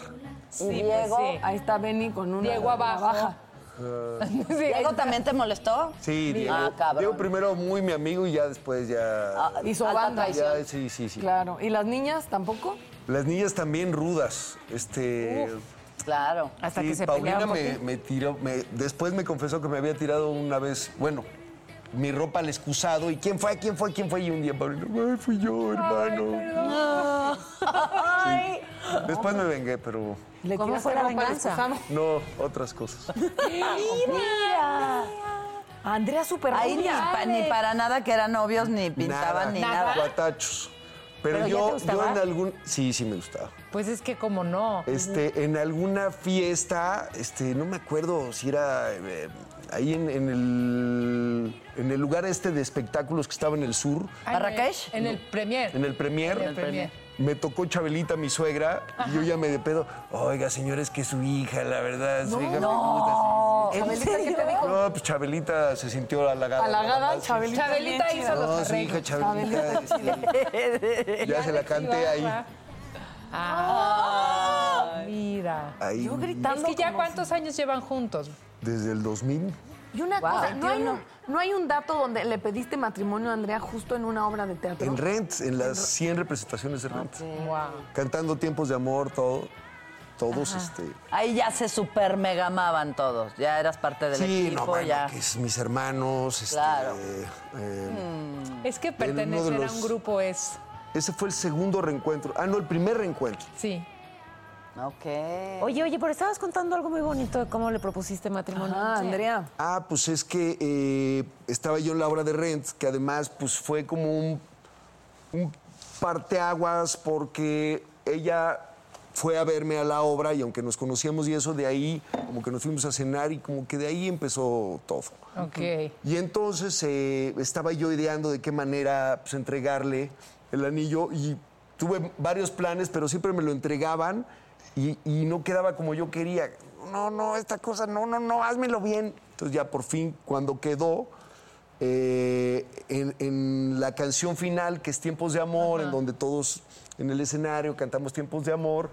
Speaker 3: Sí,
Speaker 5: Y
Speaker 3: pues,
Speaker 5: Diego,
Speaker 3: sí.
Speaker 4: Ahí está Benny con una.
Speaker 3: Diego abajo.
Speaker 4: navaja.
Speaker 3: Sí.
Speaker 5: ¿Diego también te molestó?
Speaker 8: Ah, Sí, Diego.
Speaker 5: Ah, cabrón. Ah,
Speaker 8: Diego primero muy mi amigo y ya después ya.
Speaker 4: Y su
Speaker 5: Alta
Speaker 4: banda.
Speaker 5: traición.
Speaker 8: ya sí, sí, sí.
Speaker 4: Claro. ¿Y las niñas tampoco?
Speaker 8: Las niñas también rudas. Este.
Speaker 5: Claro.
Speaker 6: Hasta
Speaker 8: Sí,
Speaker 6: que se
Speaker 8: Paulina
Speaker 6: pelearon.
Speaker 8: me, me tiró, me- después me confesó que me había tirado una vez, bueno, mi ropa al excusado y quién fue, quién fue, quién fue y un día Paulina, ay, fui yo, hermano.
Speaker 5: ¡Ay!
Speaker 8: Después me vengué, pero
Speaker 4: ¿Le
Speaker 6: ¿Cómo
Speaker 4: tiraste
Speaker 6: fue la
Speaker 4: ropa al
Speaker 6: venganza?
Speaker 4: excusado?
Speaker 8: no otras cosas.
Speaker 5: ¡Mira!
Speaker 4: Andrea super
Speaker 5: Ahí ni, pa- ni para nada que eran novios, ni pintaban, ni nada.
Speaker 8: Guatachos.
Speaker 6: ¿Pero
Speaker 8: Pero,
Speaker 6: ya te
Speaker 8: yo, yo
Speaker 6: gustaba?
Speaker 8: en algún, sí, sí me gustaba.
Speaker 3: Pues es que como no.
Speaker 8: Este, en alguna fiesta, este, no me acuerdo si era eh, ahí en, en el, en el lugar este de espectáculos que estaba en el sur,
Speaker 3: Ay, en el-
Speaker 5: ¿Marrakech?
Speaker 3: En el premier.
Speaker 8: en el Premier.
Speaker 3: En el Premier.
Speaker 8: Me tocó Chabelita, mi suegra, y yo ya me de pedo. Oiga, señores, que su hija, la verdad, su hija me gusta.
Speaker 4: dijo? ¿Chabelita qué te dijo?
Speaker 8: No, pues Chabelita se sintió halagada. nada
Speaker 4: Halagada,
Speaker 8: más.
Speaker 4: Chabelita.
Speaker 3: Chabelita
Speaker 4: bien
Speaker 3: hizo
Speaker 4: chida.
Speaker 3: los
Speaker 8: No, su hija Chabelita. sí. Ya se la canté ahí.
Speaker 3: Ah, mira.
Speaker 8: ahí
Speaker 4: Yo
Speaker 3: Es
Speaker 4: gritando.
Speaker 3: que ya
Speaker 4: como-
Speaker 3: cuántos años llevan juntos.
Speaker 8: desde el 2000.
Speaker 4: Y una cosa, ¿no hay, un, ¿no hay un dato donde le pediste matrimonio a Andrea justo en una obra de teatro?
Speaker 8: En Rent, en las 100 representaciones de Rent.
Speaker 3: Wow.
Speaker 8: Cantando tiempos de amor, todo. Todos, este.
Speaker 5: Ahí ya se super mega amaban todos. Ya eras parte del
Speaker 8: Sí,
Speaker 5: equipo,
Speaker 8: no, bueno,
Speaker 5: ya.
Speaker 8: que es mis hermanos. Este,
Speaker 5: Claro. Hmm.
Speaker 8: eh,
Speaker 4: Mm.
Speaker 3: Es que
Speaker 8: de
Speaker 3: pertenecer a un
Speaker 8: los-
Speaker 3: grupo es.
Speaker 8: Ese fue el segundo reencuentro. Ah, no, el primer reencuentro.
Speaker 3: Sí.
Speaker 5: Ok.
Speaker 6: Oye, oye, pero estabas contando algo muy bonito de cómo le propusiste matrimonio.
Speaker 4: Ah, Andrea.
Speaker 8: Ah, pues es que eh, estaba yo en la obra de Rent, que además pues fue como un, un parteaguas porque ella fue a verme a la obra y aunque nos conocíamos y eso, de ahí como que nos fuimos a cenar y como que de ahí empezó todo.
Speaker 3: Ok.
Speaker 8: Y entonces eh, estaba yo ideando de qué manera pues, entregarle el anillo y tuve varios planes, pero siempre me lo entregaban y, y no quedaba como yo quería. No, no, esta cosa, no, no, no, házmelo bien. Entonces ya por fin, cuando quedó, eh, en, en la canción final, que es Tiempos de Amor, en donde todos en el escenario cantamos Tiempos de Amor,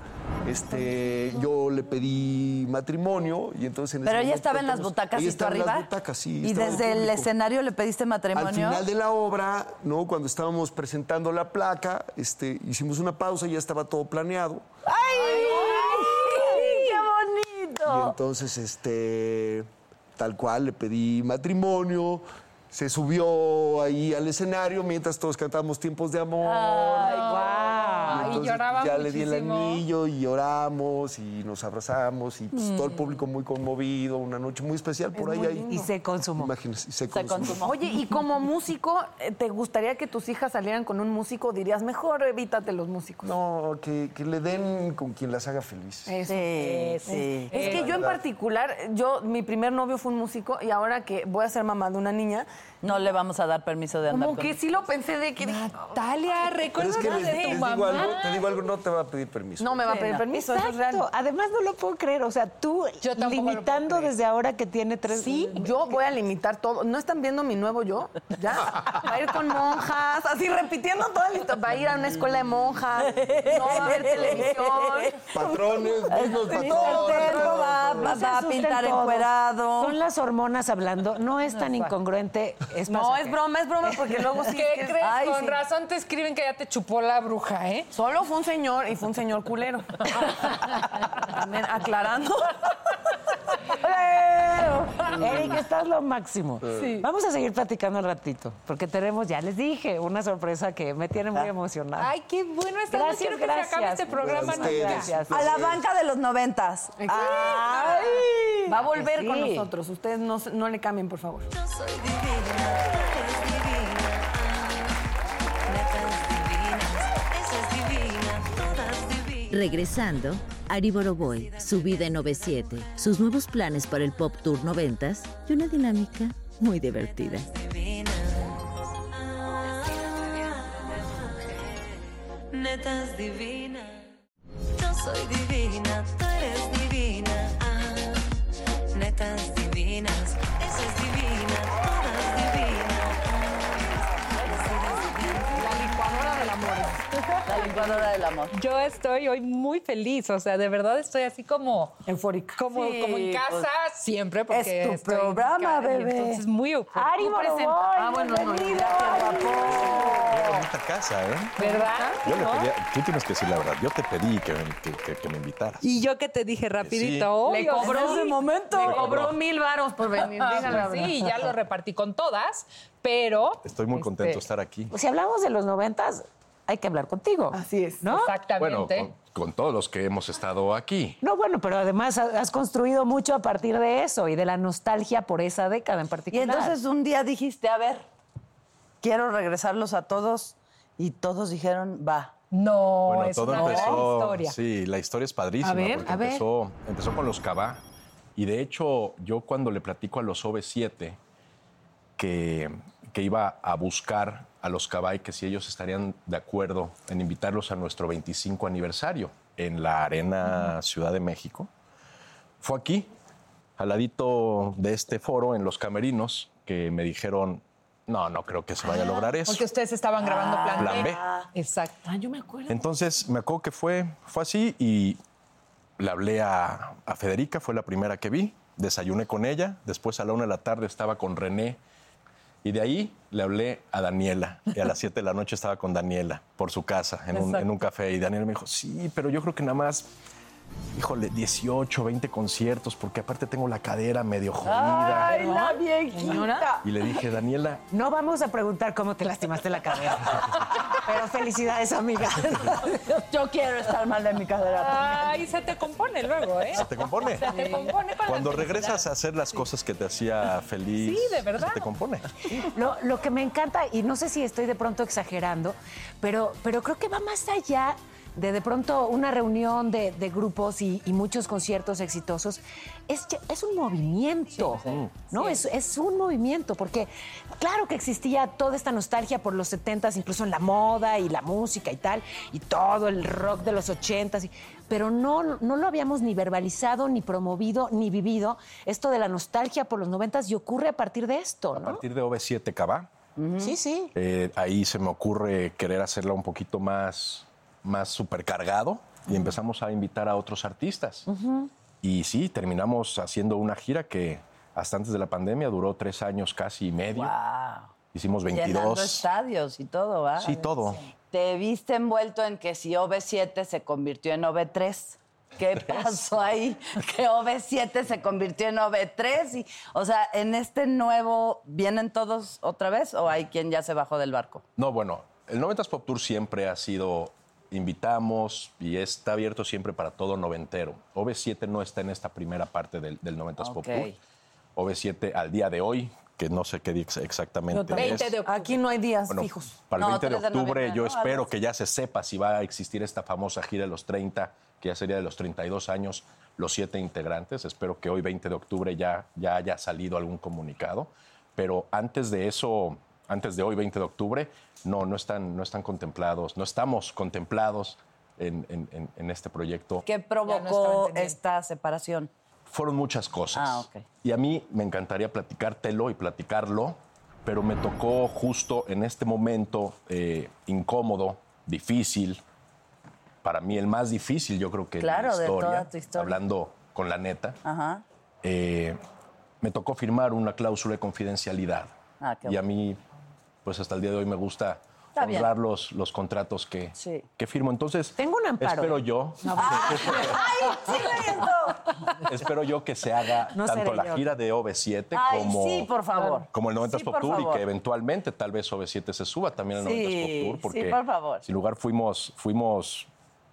Speaker 8: este, yo le pedí matrimonio y entonces... En ese
Speaker 5: Pero ella
Speaker 8: momento
Speaker 5: estaba en las
Speaker 8: cantamos-
Speaker 5: butacas
Speaker 8: ella
Speaker 5: y tú
Speaker 8: estaba en
Speaker 5: arriba.
Speaker 8: las butacas, sí.
Speaker 5: Y
Speaker 8: estaba
Speaker 5: desde el
Speaker 8: público.
Speaker 5: escenario le pediste matrimonio.
Speaker 8: Al final de la obra, ¿no? cuando estábamos presentando la placa, este, hicimos una pausa y ya estaba todo planeado.
Speaker 5: ¡Ay! ¡Qué
Speaker 8: Y
Speaker 5: bonito!
Speaker 8: entonces, este, tal cual, le pedí matrimonio. Se subió ahí al escenario mientras todos cantábamos tiempos de amor.
Speaker 3: Ah,
Speaker 8: Y
Speaker 3: y
Speaker 8: entonces,
Speaker 3: lloraba
Speaker 8: ya
Speaker 3: muchísimo.
Speaker 8: le di el anillo y lloramos y nos abrazamos y pues, todo el público muy conmovido, una noche muy especial por ahí. ahí.
Speaker 6: Y se consumó.
Speaker 8: Imagínense, y se,
Speaker 5: Se
Speaker 8: consumó.
Speaker 5: consumó.
Speaker 4: Oye, y como músico, eh, ¿te gustaría que tus hijas salieran con un músico? Dirías, mejor evítate los músicos.
Speaker 8: No, que, que le den con quien las haga feliz.
Speaker 4: Eso.
Speaker 5: Sí, sí.
Speaker 4: Es que yo en particular, yo, mi primer novio fue un músico y ahora que voy a ser mamá de una niña,
Speaker 5: No le vamos a dar permiso de andar
Speaker 4: como
Speaker 5: con-
Speaker 4: que sí lo pensé de que...
Speaker 3: Natalia,
Speaker 8: Pero es
Speaker 3: recuerda
Speaker 8: que les,
Speaker 3: de
Speaker 8: les
Speaker 3: tu
Speaker 8: digo
Speaker 3: mamá.
Speaker 8: algo, te digo algo, no te va a pedir permiso.
Speaker 4: No me va a pedir permiso, eso es real.
Speaker 10: Exacto. Además no lo puedo creer. O sea, tú
Speaker 3: Yo tampoco lo puedo
Speaker 10: limitando
Speaker 3: creer.
Speaker 10: desde ahora que tiene tres.
Speaker 4: Sí, yo voy a limitar todo. ¿No están viendo mi nuevo yo? ¿Ya? Va a ir con monjas, así repitiendo toda la historia. Va a ir a una escuela de monjas, no va a haber televisión.
Speaker 8: Patrones, mismos
Speaker 5: Todo el
Speaker 8: patrones.
Speaker 5: tiempo va, va-
Speaker 10: No se
Speaker 5: va a
Speaker 10: asusten
Speaker 5: pintar
Speaker 10: todos.
Speaker 5: encuerado.
Speaker 10: Son las hormonas hablando. No es tan incongruente. Es
Speaker 4: No, es
Speaker 10: pasajero.
Speaker 4: broma, es broma, porque luego sí.
Speaker 3: ¿Qué
Speaker 4: es que-
Speaker 3: crees?
Speaker 4: Ay,
Speaker 3: Con
Speaker 4: sí.
Speaker 3: razón te escriben que ya te chupó la bruja, ¿eh?
Speaker 4: Solo fue un señor y fue un señor culero. También aclarando.
Speaker 10: Eric, estás lo máximo. Vamos a seguir platicando al ratito, porque tenemos, ya les dije, una sorpresa que me tiene muy emocionada.
Speaker 3: Ay, qué bueno está.
Speaker 10: Gracias,
Speaker 3: no quiero que se acabe
Speaker 10: gracias.
Speaker 3: este programa.
Speaker 8: Ustedes.
Speaker 3: nunca.
Speaker 10: Gracias.
Speaker 5: A la banca de los noventas. ¡Ay!
Speaker 4: Va a volver con
Speaker 10: Sí.
Speaker 4: nosotros. Ustedes no, se- no le cambien, por favor.
Speaker 1: Yo soy divina, tú eres divina. ah. Netas divinas, esa es divina, todas divinas.
Speaker 2: Regresando, Ari Boroboy, su vida en 97, sus nuevos planes para el Pop Tour 90 y una dinámica muy divertida.
Speaker 1: divina. Ah, Netas divina. Yo soy divina, tú eres divina. ah. Netas divinas, esa es divina, todas divinas.
Speaker 5: La licuadora del amor.
Speaker 3: Yo estoy hoy muy feliz, o sea, de verdad estoy así como eufórica, como,
Speaker 5: Sí,
Speaker 3: como en casa
Speaker 4: pues,
Speaker 3: siempre porque
Speaker 5: es tu
Speaker 3: estoy en
Speaker 5: programa,
Speaker 3: casa y
Speaker 5: bebé.
Speaker 3: Entonces muy eufórica,
Speaker 10: Ari Boroboy,
Speaker 4: Ah, bueno, no,
Speaker 10: bienvenido,
Speaker 4: gracias,
Speaker 10: Ari.
Speaker 11: bonita casa, ¿eh?
Speaker 3: ¿verdad?
Speaker 11: Yo le pedí, tú tienes que decir la verdad, yo te pedí que me, que, que- que me invitaras.
Speaker 3: Y yo que te dije rapidito,
Speaker 4: Le
Speaker 3: "Oye, o
Speaker 4: cobró,
Speaker 3: sea,
Speaker 4: le cobró mil varos por venir.
Speaker 3: Ah,
Speaker 4: Díganlo.
Speaker 3: pues sí, ya lo repartí con todas, pero
Speaker 11: Estoy muy contento de estar aquí.
Speaker 10: Si hablamos de los noventas, hay que hablar contigo.
Speaker 4: Así es.
Speaker 10: ¿No?
Speaker 11: Bueno,
Speaker 3: exactamente.
Speaker 11: con, con todos los que hemos estado aquí.
Speaker 10: No, bueno, pero además ha- has construido mucho a partir de eso y de la nostalgia por esa década en
Speaker 5: Y
Speaker 10: particular.
Speaker 5: entonces un día dijiste, a ver, quiero regresarlos a todos. Y todos dijeron, va.
Speaker 3: no,
Speaker 11: Bueno,
Speaker 3: es
Speaker 11: todo
Speaker 3: una gran
Speaker 11: empezó.
Speaker 3: historia.
Speaker 11: Sí, la historia es padrísima.
Speaker 10: A ver,
Speaker 11: porque
Speaker 10: a ver.
Speaker 11: Empezó, empezó con los Cabá. Y de hecho, yo cuando le platico a los OV7 que, que iba a buscar a los Cabá y que si ellos estarían de acuerdo en invitarlos a nuestro 25 aniversario en la Arena Ciudad de México, fue aquí, al ladito de este foro, en los camerinos, que me dijeron, no, no creo que se
Speaker 3: Ah,
Speaker 11: vaya a lograr eso.
Speaker 3: Porque ustedes estaban
Speaker 4: Ah.
Speaker 3: grabando plan,
Speaker 11: Plan B.
Speaker 3: Exacto. Ah, yo me acuerdo.
Speaker 11: Entonces, me acuerdo que fue, fue así y le hablé a, a Federica, fue la primera que vi, desayuné con ella, después a la una de la tarde estaba con René y de ahí le hablé a Daniela y a las siete de la noche estaba con Daniela por su casa en un,
Speaker 12: Exacto.
Speaker 11: en un café y Daniela me dijo, sí, pero yo creo que nada más... Híjole, 18, 20 conciertos, porque aparte tengo la cadera medio jodida.
Speaker 10: Ay, la viejita. Ah.
Speaker 11: Y le dije, Daniela,
Speaker 10: No vamos a preguntar cómo te lastimaste la cadera. Pero felicidades, amiga.
Speaker 11: Eh.
Speaker 5: Yo quiero estar mal de mi cadera.
Speaker 3: Ay, se te compone luego, ¿eh?
Speaker 11: Se te compone.
Speaker 3: Se te compone para
Speaker 11: Cuando
Speaker 3: la
Speaker 11: regresas a hacer las cosas que te hacía feliz,
Speaker 10: Sí, de verdad.
Speaker 11: se te compone.
Speaker 10: Lo, lo que me encanta, y no sé si estoy de pronto exagerando, pero, pero creo que va más allá de de pronto una reunión de, de grupos y, y muchos conciertos exitosos, es, ya- es un movimiento, ¿no? Es, es un movimiento, porque claro que existía toda esta nostalgia por los 70s, incluso en la moda y la música y tal, y todo el rock de los 80s, y- pero no, no lo habíamos ni verbalizado, ni promovido, ni vivido, esto de la nostalgia por los 90s, y ocurre a partir de esto,
Speaker 11: A
Speaker 10: ¿no?
Speaker 11: partir de OV7 Cabá,
Speaker 10: Sí, sí.
Speaker 11: eh, ahí se me ocurre querer hacerla un poquito más, más supercargado y empezamos a invitar a otros artistas. Y sí, terminamos haciendo una gira que hasta antes de la pandemia duró tres años casi y medio. Hicimos
Speaker 5: Llenando
Speaker 11: 22.
Speaker 5: estadios y todo, ¿va?
Speaker 11: Sí, todo.
Speaker 5: Te viste envuelto en que si OV7 se convirtió en OV3. ¿Qué pasó ahí? Que OV7 se convirtió en OV3. Y, o sea, en este nuevo, ¿vienen todos otra vez o hay quien ya se bajó del barco?
Speaker 11: No, bueno, el 90s Pop Tour siempre ha sido invitamos y está abierto siempre para todo noventero. OV7 no está en esta primera parte del, del 90s Pop
Speaker 5: Ok.
Speaker 11: Tour. OV7 al día de hoy, que no sé qué día ex- exactamente es.
Speaker 4: Aquí no hay días
Speaker 11: Bueno,
Speaker 4: fijos.
Speaker 11: Para el 20 de octubre yo espero que ya se sepa si va a existir esta famosa gira de los 30, que ya sería de los 32 años, los siete integrantes. Espero que hoy 20 de octubre ya, ya haya salido algún comunicado. Pero antes de eso, antes de hoy 20 de octubre, no, no están, no están contemplados, no estamos contemplados en, en- en- en este proyecto.
Speaker 5: ¿Qué provocó esta separación?
Speaker 11: Fueron muchas cosas.
Speaker 5: Ah, ok.
Speaker 11: Y a mí me encantaría platicártelo y platicarlo, pero me tocó justo en este momento eh, incómodo, difícil. Para mí el más difícil, yo creo que
Speaker 5: Claro,
Speaker 11: de, mi
Speaker 5: de
Speaker 11: historia,
Speaker 5: toda tu historia.
Speaker 11: Hablando con la neta,
Speaker 5: Ajá.
Speaker 11: eh, me tocó firmar una cláusula de confidencialidad.
Speaker 5: Ah, qué
Speaker 11: y a
Speaker 5: bueno.
Speaker 11: mí, pues hasta el día de hoy me gusta
Speaker 5: Está bien.
Speaker 11: honrar los, los contratos que, que firmo. Entonces,
Speaker 10: Tengo un amparo. ¿eh?
Speaker 11: espero yo
Speaker 5: pues,
Speaker 1: Ah.
Speaker 5: ¡Ay, sí lo hizo!
Speaker 11: Espero yo que se haga
Speaker 5: No
Speaker 11: tanto
Speaker 5: seré
Speaker 11: la
Speaker 5: yo.
Speaker 11: gira de OV7
Speaker 5: Ay,
Speaker 11: como,
Speaker 5: sí, por favor.
Speaker 11: como el 90s
Speaker 5: Sí,
Speaker 11: Pop
Speaker 5: por
Speaker 11: Tour y
Speaker 5: favor.
Speaker 11: que eventualmente tal vez OV7 se suba también al
Speaker 5: Sí,
Speaker 11: 90s Pop Tour.
Speaker 5: sí,
Speaker 11: Porque
Speaker 5: por favor.
Speaker 11: Sin lugar fuimos, fuimos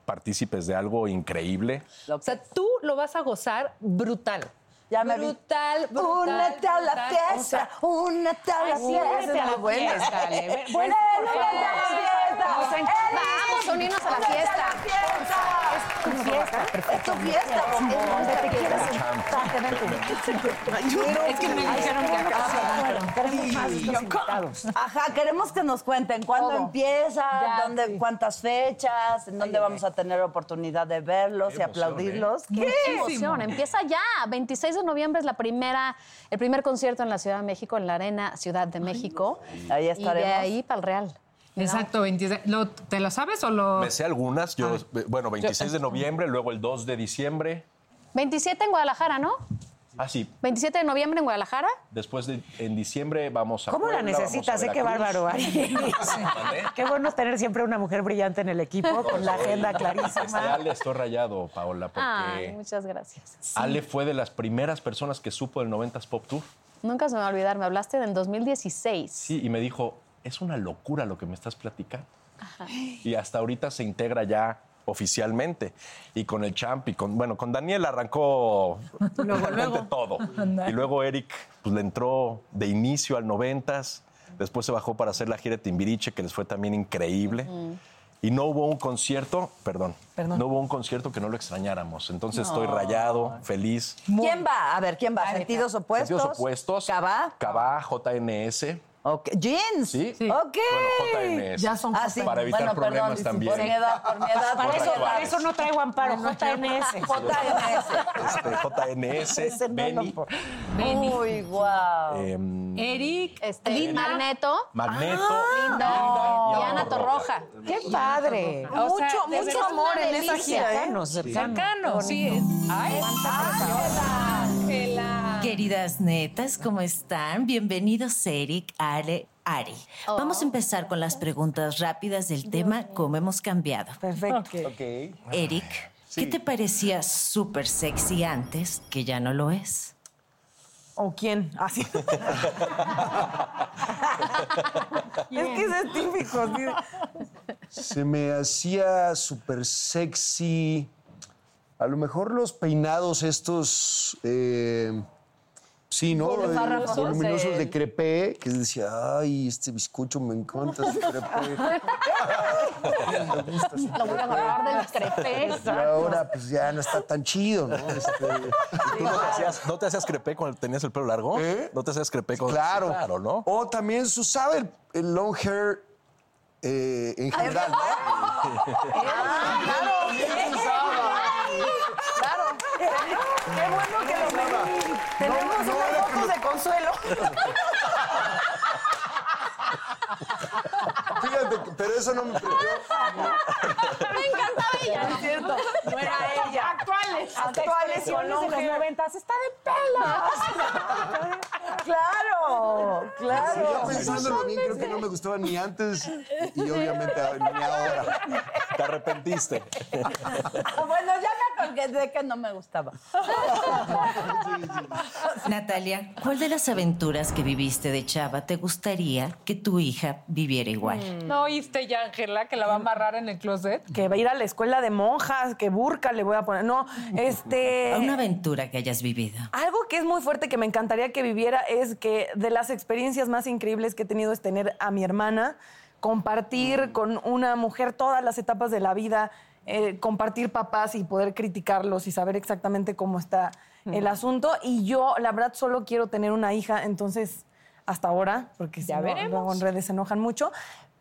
Speaker 11: partícipes de algo increíble.
Speaker 3: O sea, tú lo vas a gozar brutal. Ya me brutal, brutal.
Speaker 5: Únete a la
Speaker 3: brutal.
Speaker 5: fiesta,
Speaker 3: O sea,
Speaker 5: únete a la
Speaker 3: ay, sí,
Speaker 5: fiesta.
Speaker 3: únete a la
Speaker 5: Buena.
Speaker 3: fiesta, Ale. Ve- pues,
Speaker 5: Únete
Speaker 3: bueno,
Speaker 5: a la
Speaker 3: por favor.
Speaker 5: fiesta.
Speaker 3: Nos encanta.
Speaker 5: Eli,
Speaker 7: Vamos a unirnos a la
Speaker 5: únete
Speaker 7: fiesta.
Speaker 5: fiesta. Es tu fiesta. Es tu fiesta. Es donde te quieras sentar. Te ven tú.
Speaker 10: Es que me dijeron que acabas de hablar. Queremos más los invitados.
Speaker 5: Ajá, queremos que nos cuenten cuándo empieza, dónde, cuántas fechas, en dónde vamos a tener oportunidad de verlos y
Speaker 7: ¿eh?
Speaker 5: aplaudirlos.
Speaker 7: Qué emoción, empieza ya. 26 de noviembre es la primera, el primer concierto en la Ciudad de México, en la Arena Ciudad de México.
Speaker 5: Ahí
Speaker 7: Y de
Speaker 5: estaremos.
Speaker 7: ahí para el Real.
Speaker 3: Exacto, 26. ¿Lo- ¿Te lo sabes o
Speaker 5: Oh.
Speaker 3: lo.?
Speaker 11: Me sé algunas.
Speaker 5: Ah.
Speaker 11: Yo, eh, bueno, 26 de noviembre, luego el 2 de diciembre.
Speaker 7: 27 en Guadalajara, ¿no?
Speaker 11: Ah, sí.
Speaker 7: 27 de noviembre en Guadalajara.
Speaker 11: Después de, en diciembre vamos a.
Speaker 10: ¿Cómo la
Speaker 11: Puebla, vamos
Speaker 10: necesitas?
Speaker 11: a
Speaker 10: ¿eh? Qué
Speaker 11: Veracruz.
Speaker 10: bárbaro. Ari. Qué bueno tener siempre una mujer brillante en el equipo, con la
Speaker 11: Soy-
Speaker 10: agenda
Speaker 11: Este,
Speaker 10: clarísima.
Speaker 11: Ale, estoy rayado, Paola, porque.
Speaker 7: Ay, muchas gracias.
Speaker 11: Ale fue de las primeras personas que supo del 90s Pop Tour.
Speaker 7: Nunca se me va a olvidar, me hablaste del 2016.
Speaker 11: Sí, y me dijo, es una locura lo que me estás platicando. Y hasta ahorita se integra ya oficialmente. Y con el champ y con, bueno, con Daniel arrancó realmente todo.
Speaker 3: Anda.
Speaker 11: Y luego Eric pues, le entró de inicio al 90s, después se bajó para hacer la gira de Timbiriche, que les fue también increíble. Y no hubo un concierto, perdón,
Speaker 5: Mm. Perdón.
Speaker 11: no hubo un concierto que no lo extrañáramos. Entonces estoy
Speaker 5: No.
Speaker 11: rayado, feliz.
Speaker 5: ¿Quién va? A ver, ¿quién va? ¿Sentidos opuestos?
Speaker 11: Sentidos opuestos. Cabá. Cabá, JNS.
Speaker 5: Ok. ¿Jeans?
Speaker 11: Sí. Bueno,
Speaker 5: Ok.
Speaker 11: JNS. Ya son Ah, sí. Para evitar
Speaker 5: Bueno, perdón,
Speaker 11: problemas también.
Speaker 5: Por mi edad, por mi edad.
Speaker 11: Para
Speaker 5: por
Speaker 11: eso-
Speaker 5: mi edad.
Speaker 11: para
Speaker 10: Eso no traigo amparo, JNS.
Speaker 11: Este, JNS, Benny,
Speaker 5: Benny. Uy, guau.
Speaker 11: em,
Speaker 7: Eric, este, Magneto.
Speaker 11: Magneto.
Speaker 3: Ah.
Speaker 7: Linda. Y Ana Torroja.
Speaker 10: ¡Qué padre!
Speaker 7: O sea,
Speaker 4: Mucho-
Speaker 7: de
Speaker 4: mucho
Speaker 7: verdad,
Speaker 4: amor
Speaker 7: una
Speaker 4: en esa
Speaker 7: delicia.
Speaker 4: gira, ¿eh?
Speaker 10: Cercanos, cercanos.
Speaker 3: Cercanos, sí. Ay, Ángela.
Speaker 12: Queridas netas, ¿cómo están? Bienvenidos Eric, Ale, Ari. Vamos a empezar con las preguntas rápidas del tema cómo hemos cambiado.
Speaker 5: Perfecto.
Speaker 12: Eric, ¿qué te parecía súper sexy antes que ya no lo es?
Speaker 4: ¿O quién?
Speaker 5: Ah,
Speaker 4: Así.
Speaker 5: Es que ese es típico. sí.
Speaker 8: Se me hacía súper sexy. A lo mejor los peinados estos. eh, sí, ¿no?
Speaker 7: Voluminosos.
Speaker 8: Eh, voluminosos de
Speaker 7: El-
Speaker 8: crepé, que decía, ay, este bizcocho me encanta, este crepé. me gusta su
Speaker 7: Lo voy a agarrar del crepe.
Speaker 8: Y ahora, pues ya no está tan chido, ¿no? Este,
Speaker 11: ¿Tú no te, hacías, no te hacías crepé cuando tenías el pelo largo? ¿No te hacías crepé cuando
Speaker 8: claro.
Speaker 11: Sí, Claro, ¿no?
Speaker 8: O también se usaba el, el long hair eh, en general, ¿no? Eh,
Speaker 4: Ah, Claro. Qué bueno que lo ven. Tenemos unas fotos de consuelo.
Speaker 8: Fíjate, que- pero eso no me
Speaker 4: Es cierto. No era ella.
Speaker 10: Actuales.
Speaker 4: Actuales
Speaker 10: Actuales
Speaker 4: con
Speaker 10: con los
Speaker 4: lonja.
Speaker 10: noventas. Está de pelas.
Speaker 5: Claro, claro.
Speaker 8: Yo pensándolo bien, creo que no me gustaba ni antes y obviamente ni ahora.
Speaker 11: Te arrepentiste.
Speaker 5: Bueno, ya me colgué de que no me gustaba.
Speaker 12: Natalia, ¿cuál de las aventuras que viviste de chava te gustaría que tu hija viviera
Speaker 4: Mm.
Speaker 12: igual?
Speaker 3: ¿No oíste ya, Ángela, que la va a amarrar en el closet?
Speaker 4: Que va a ir a la escuela de monjas, que burka le voy a poner. No, este.
Speaker 12: A una aventura que hayas vivido.
Speaker 4: Algo que es muy fuerte que me encantaría que viviera es que de las experiencias más increíbles que he tenido es tener a mi hermana, compartir
Speaker 3: Mm.
Speaker 4: con una mujer todas las etapas de la vida, eh, compartir papás y poder criticarlos y saber exactamente cómo está
Speaker 3: Mm.
Speaker 4: el asunto. Y yo, la verdad, solo quiero tener una hija, entonces hasta ahora, porque si
Speaker 3: Ya
Speaker 4: no,
Speaker 3: veremos.
Speaker 4: luego en redes se enojan mucho.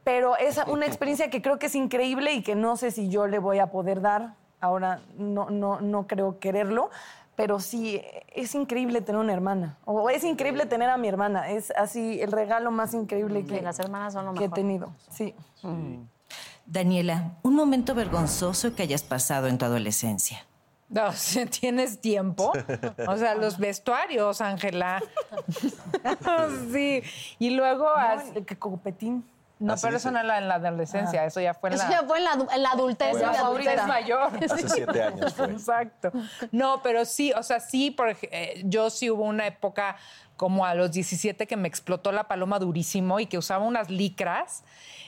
Speaker 4: Pero es una experiencia que creo que es increíble y que no sé si yo le voy a poder dar. Ahora no, no, no creo quererlo, pero sí es increíble tener una hermana. O es increíble tener a mi hermana. Es así el regalo más increíble que,
Speaker 7: Las hermanas son lo
Speaker 4: que he
Speaker 7: mejor.
Speaker 4: tenido. Sí.
Speaker 12: Daniela, un momento vergonzoso que hayas pasado en tu adolescencia.
Speaker 3: No, si ¿Tienes tiempo? O sea, los vestuarios, Ángela. sí. Y luego... as-
Speaker 4: el que copetín.
Speaker 3: No,
Speaker 11: Así
Speaker 3: pero
Speaker 11: dice.
Speaker 3: eso no era en la adolescencia, eso ya fue en
Speaker 7: Eso
Speaker 3: la...
Speaker 7: ya fue en la, adu- en la adultez.
Speaker 3: Ya
Speaker 7: en la
Speaker 3: fue ahorita,
Speaker 7: adultez
Speaker 3: es mayor.
Speaker 11: Hace siete años fue.
Speaker 3: Exacto. No, pero sí, o sea, sí, por ej- eh, yo sí hubo una época como a los 17 que me explotó la paloma durísimo y que usaba unas licras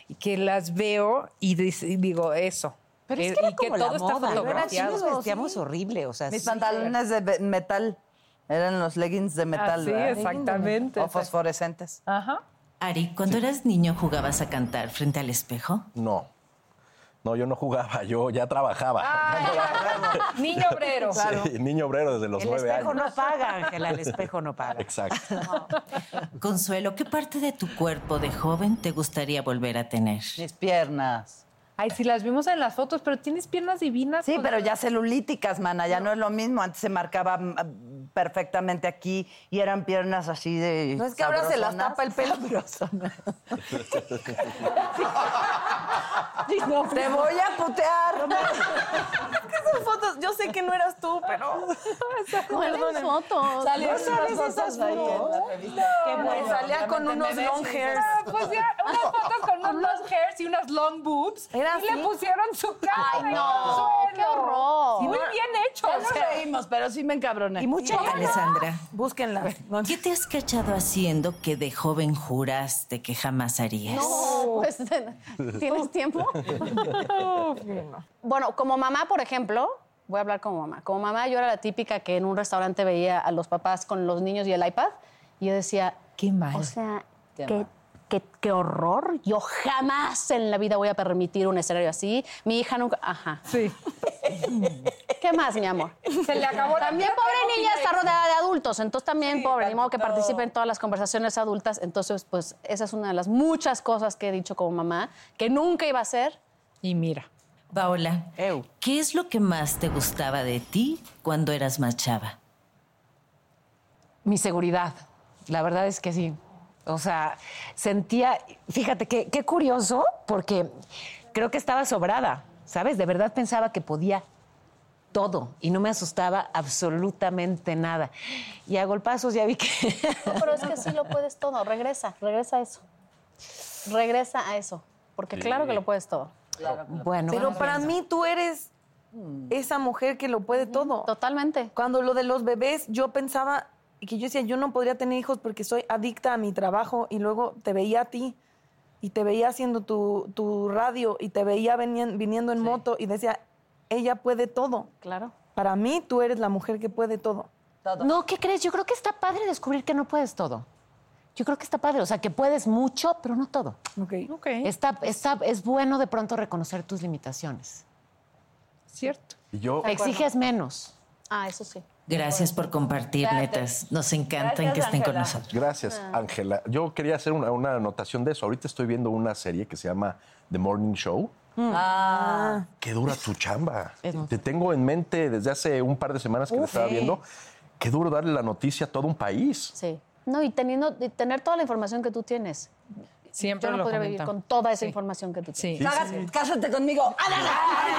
Speaker 3: y que las veo y dis- y digo eso.
Speaker 10: Pero es
Speaker 3: Eh,
Speaker 10: que era
Speaker 3: y
Speaker 10: como la moda. ¿no? Era así,
Speaker 3: fotografiado.
Speaker 10: nos vestíamos horrible, o sea,
Speaker 5: Mis
Speaker 10: sí.
Speaker 5: pantalones de be- metal eran los leggings de metal.
Speaker 3: Ah, sí,
Speaker 5: ¿verdad?
Speaker 3: exactamente.
Speaker 5: O fosforescentes.
Speaker 3: Ajá.
Speaker 12: Ari, cuando eras niño jugabas a cantar frente al espejo.
Speaker 11: No. No, yo no jugaba, yo ya trabajaba.
Speaker 3: Niño obrero.
Speaker 11: Sí, niño obrero desde los
Speaker 10: El
Speaker 11: nueve
Speaker 10: espejo
Speaker 11: años.
Speaker 10: no paga, Ángela, el espejo no paga.
Speaker 11: Exacto.
Speaker 12: Consuelo, ¿qué parte de tu cuerpo de joven te gustaría volver a tener?
Speaker 5: Mis piernas.
Speaker 3: Ay, sí, las vimos en las fotos, pero tienes piernas divinas.
Speaker 5: Sí,
Speaker 3: con-
Speaker 5: pero ya celulíticas, mana, ya no. es lo mismo. Antes se marcaba mm, perfectamente aquí y eran piernas así de.
Speaker 4: No es que ahora se las
Speaker 5: sabrosonas.
Speaker 4: tapa el pelo.
Speaker 5: Te voy a putear.
Speaker 4: Esas fotos, yo sé que no eras tú, pero.
Speaker 7: ¿Cuáles fotos?
Speaker 4: ¿No sabes esas fotos? Que me salía con unos long hairs.
Speaker 3: Ah, pues ya, unas fotos con unos long hairs y unas long boobs.
Speaker 4: ¿Era
Speaker 3: y
Speaker 4: así?
Speaker 3: le pusieron su cara.
Speaker 7: Ay,
Speaker 3: y
Speaker 7: no,
Speaker 3: Consuelo.
Speaker 7: qué horror.
Speaker 3: Muy bien hecho.
Speaker 5: Ya
Speaker 3: o
Speaker 5: nos
Speaker 3: sea,
Speaker 5: reímos, pero sí me encabroné.
Speaker 10: Y mucha
Speaker 12: Alessandra,
Speaker 4: Búsquenla.
Speaker 12: ¿qué te has cachado haciendo que de joven juraste que jamás harías?
Speaker 7: No, pues ¿tienes tiempo? bueno, como mamá, por ejemplo, voy a hablar como mamá. Como mamá, yo era la típica que en un restaurante veía a los papás con los niños y el iPad y yo decía,
Speaker 3: Qué mal.
Speaker 7: o sea,
Speaker 5: Qué
Speaker 7: qué,
Speaker 5: mal.
Speaker 7: qué- qué horror. Yo jamás en la vida voy a permitir un escenario así. Mi hija nunca. Ajá.
Speaker 3: Sí.
Speaker 7: ¿Qué más, mi amor?
Speaker 3: Se le acabó la
Speaker 7: También
Speaker 3: tía,
Speaker 7: pobre
Speaker 3: pero
Speaker 7: niña
Speaker 3: no
Speaker 7: está
Speaker 3: tiene
Speaker 7: rodeada de adultos, entonces también pobre, ni modo que participe en todas las conversaciones adultas, entonces pues esa es una de las muchas cosas que he dicho como mamá que nunca iba a hacer.
Speaker 3: Y mira.
Speaker 12: Paola, ¿qué es lo que más te gustaba de ti cuando eras más chava?
Speaker 10: mi seguridad. La verdad es que sí. O sea, sentía, fíjate qué, qué curioso, porque creo que estaba sobrada, ¿sabes? De verdad pensaba que podía todo y no me asustaba absolutamente nada. Y a golpazos ya vi que...
Speaker 7: No, pero es que sí lo puedes todo, regresa, regresa a eso. Regresa a eso, porque claro que lo puedes todo.
Speaker 10: Bueno,
Speaker 4: Pero
Speaker 7: vamos
Speaker 4: para
Speaker 7: viendo.
Speaker 4: mí tú eres esa mujer que lo puede todo.
Speaker 7: Totalmente.
Speaker 4: Cuando lo de los bebés, yo pensaba y que yo decía, yo no podría tener hijos porque soy adicta a mi trabajo y luego te veía a ti y te veía haciendo tu, tu radio y te veía venien- viniendo en moto y decía, ella puede todo.
Speaker 7: Claro.
Speaker 4: Para mí tú eres la mujer que puede todo.
Speaker 10: No, ¿qué crees? Yo creo que está padre descubrir que no puedes todo. Yo creo que está padre, o sea, que puedes mucho, pero no todo.
Speaker 3: Ok.
Speaker 10: Está, está, es bueno de pronto reconocer tus limitaciones.
Speaker 3: Cierto.
Speaker 11: Y yo,
Speaker 10: Exiges menos.
Speaker 7: Ah, eso sí.
Speaker 12: Gracias por compartir,
Speaker 7: Gracias.
Speaker 12: netas. Nos encantan
Speaker 7: Gracias,
Speaker 12: que estén con
Speaker 7: Ángela.
Speaker 12: nosotros.
Speaker 11: Gracias,
Speaker 7: Ah.
Speaker 11: Ángela. Yo quería hacer una, una anotación de eso. Ahorita estoy viendo una serie que se llama The Morning Show.
Speaker 5: Ah.
Speaker 11: Qué dura tu chamba.
Speaker 4: Ah.
Speaker 11: Te tengo en mente desde hace un par de semanas que te
Speaker 7: Uf.
Speaker 11: estaba
Speaker 7: Sí.
Speaker 11: viendo. Qué duro darle la noticia a todo un país.
Speaker 7: Sí. No, y teniendo y tener toda la información que tú tienes.
Speaker 3: Siempre
Speaker 7: Yo no
Speaker 3: lo
Speaker 7: podría
Speaker 3: comento.
Speaker 7: vivir con toda esa información que tú tienes.
Speaker 5: Cásate conmigo.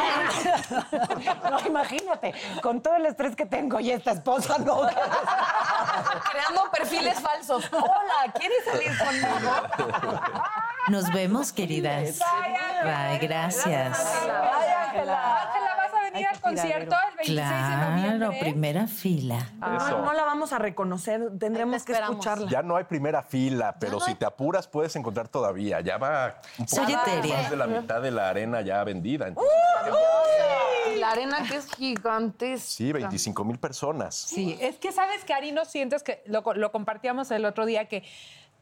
Speaker 10: No, imagínate, con todo el estrés que tengo y esta esposa no.
Speaker 4: Creando perfiles falsos. Hola, ¿quieres salir conmigo?
Speaker 12: Nos vemos, queridas. Bye, gracias.
Speaker 3: Ángela, vas a venir al concierto el 26 de
Speaker 12: Claro,
Speaker 3: noviembre. ¿eh?
Speaker 12: primera fila.
Speaker 7: Ah,
Speaker 11: Eso.
Speaker 4: Ah, No, no la vamos a reconocer, tendremos que escucharla.
Speaker 11: Ya no hay primera fila, pero si te apuras puedes encontrar todavía. Ya va un poco
Speaker 12: Soy etérea.
Speaker 11: más de la mitad de la arena ya vendida. Entonces,
Speaker 4: Y La arena que es gigantesca.
Speaker 11: sí, 25 mil personas.
Speaker 3: Sí, es que sabes que Ari, no sientes que lo, co- lo compartíamos el otro día que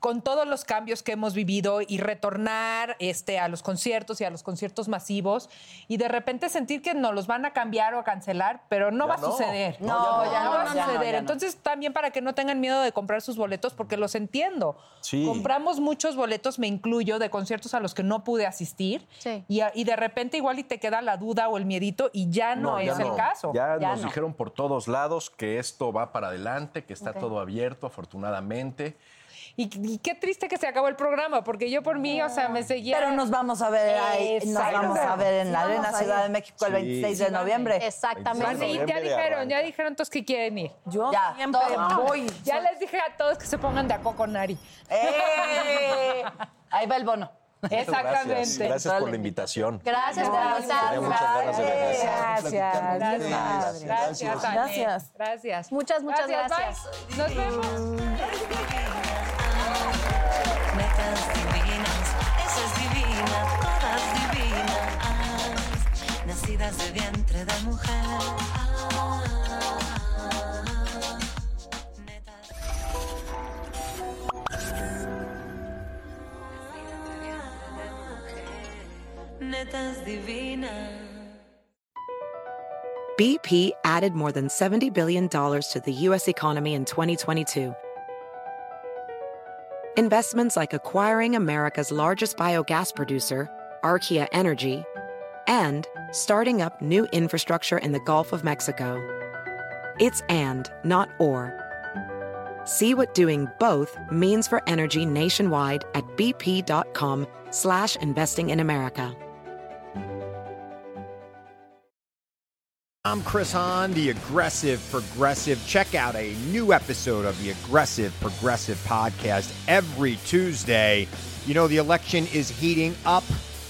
Speaker 3: con todos los cambios que hemos vivido y retornar este, a los conciertos y a los conciertos masivos y de repente sentir que nos los van a cambiar o a cancelar, pero no
Speaker 11: Ya
Speaker 3: va a
Speaker 11: no.
Speaker 3: suceder.
Speaker 11: No, No,
Speaker 5: ya no. ya no,
Speaker 3: va a
Speaker 5: ya no,
Speaker 3: suceder.
Speaker 5: ya no.
Speaker 3: Entonces también para que no tengan miedo de comprar sus boletos, porque los entiendo.
Speaker 11: Sí.
Speaker 3: Compramos muchos boletos, me incluyo, de conciertos a los que no pude asistir
Speaker 7: Sí.
Speaker 3: y, a- y de repente igual y te queda la duda o el miedito y ya no,
Speaker 11: ya
Speaker 3: es el caso.
Speaker 11: Ya,
Speaker 3: Ya
Speaker 11: nos
Speaker 3: no.
Speaker 11: dijeron por todos lados que esto va para adelante, que está todo abierto, afortunadamente.
Speaker 3: Y, y qué triste que se acabó el programa, porque yo por mí, o sea, me seguía.
Speaker 5: Pero nos vamos a ver ahí, nos
Speaker 3: Exacto.
Speaker 5: vamos a ver en la
Speaker 4: Sí, vamos
Speaker 5: Arena
Speaker 4: a ir.
Speaker 5: Ciudad de México el
Speaker 11: Sí.
Speaker 5: 26 de noviembre.
Speaker 11: Vamos a
Speaker 7: Exactamente.
Speaker 3: Sí,
Speaker 11: noviembre
Speaker 3: ya dijeron,
Speaker 11: arranca.
Speaker 3: ya dijeron entonces que quieren ir.
Speaker 4: Yo
Speaker 5: Ya,
Speaker 4: siempre
Speaker 5: todo.
Speaker 4: voy.
Speaker 3: Ya les dije a todos que se pongan de aco con Ari.
Speaker 5: ¡Eh! Ahí va el bono.
Speaker 3: Exactamente.
Speaker 11: Gracias, gracias por la invitación.
Speaker 7: Gracias por
Speaker 11: Tenía
Speaker 7: invitarme.
Speaker 11: muchas ganas de venir.
Speaker 10: Gracias.
Speaker 3: Gracias, gracias. Anel.
Speaker 4: Gracias.
Speaker 3: Gracias.
Speaker 7: Muchas, muchas
Speaker 3: bye. Nos vemos.
Speaker 1: Netas divinas, eso es divina, todas divinas, nacidas de vientre de mujer. Netas. Nacidas de vientre de mujer. Netas divinas.
Speaker 13: BP added more than $70 billion to the U.S. economy in 2022. Investments like acquiring America's largest biogas producer, Archaea Energy, and starting up new infrastructure in the Gulf of Mexico. It's and, not or. See what doing both means for energy nationwide at bp.com slash investing in America.
Speaker 14: I'm Chris Hahn, the Aggressive Progressive. Check out a new episode of the Aggressive Progressive podcast every Tuesday. You know, the election is heating up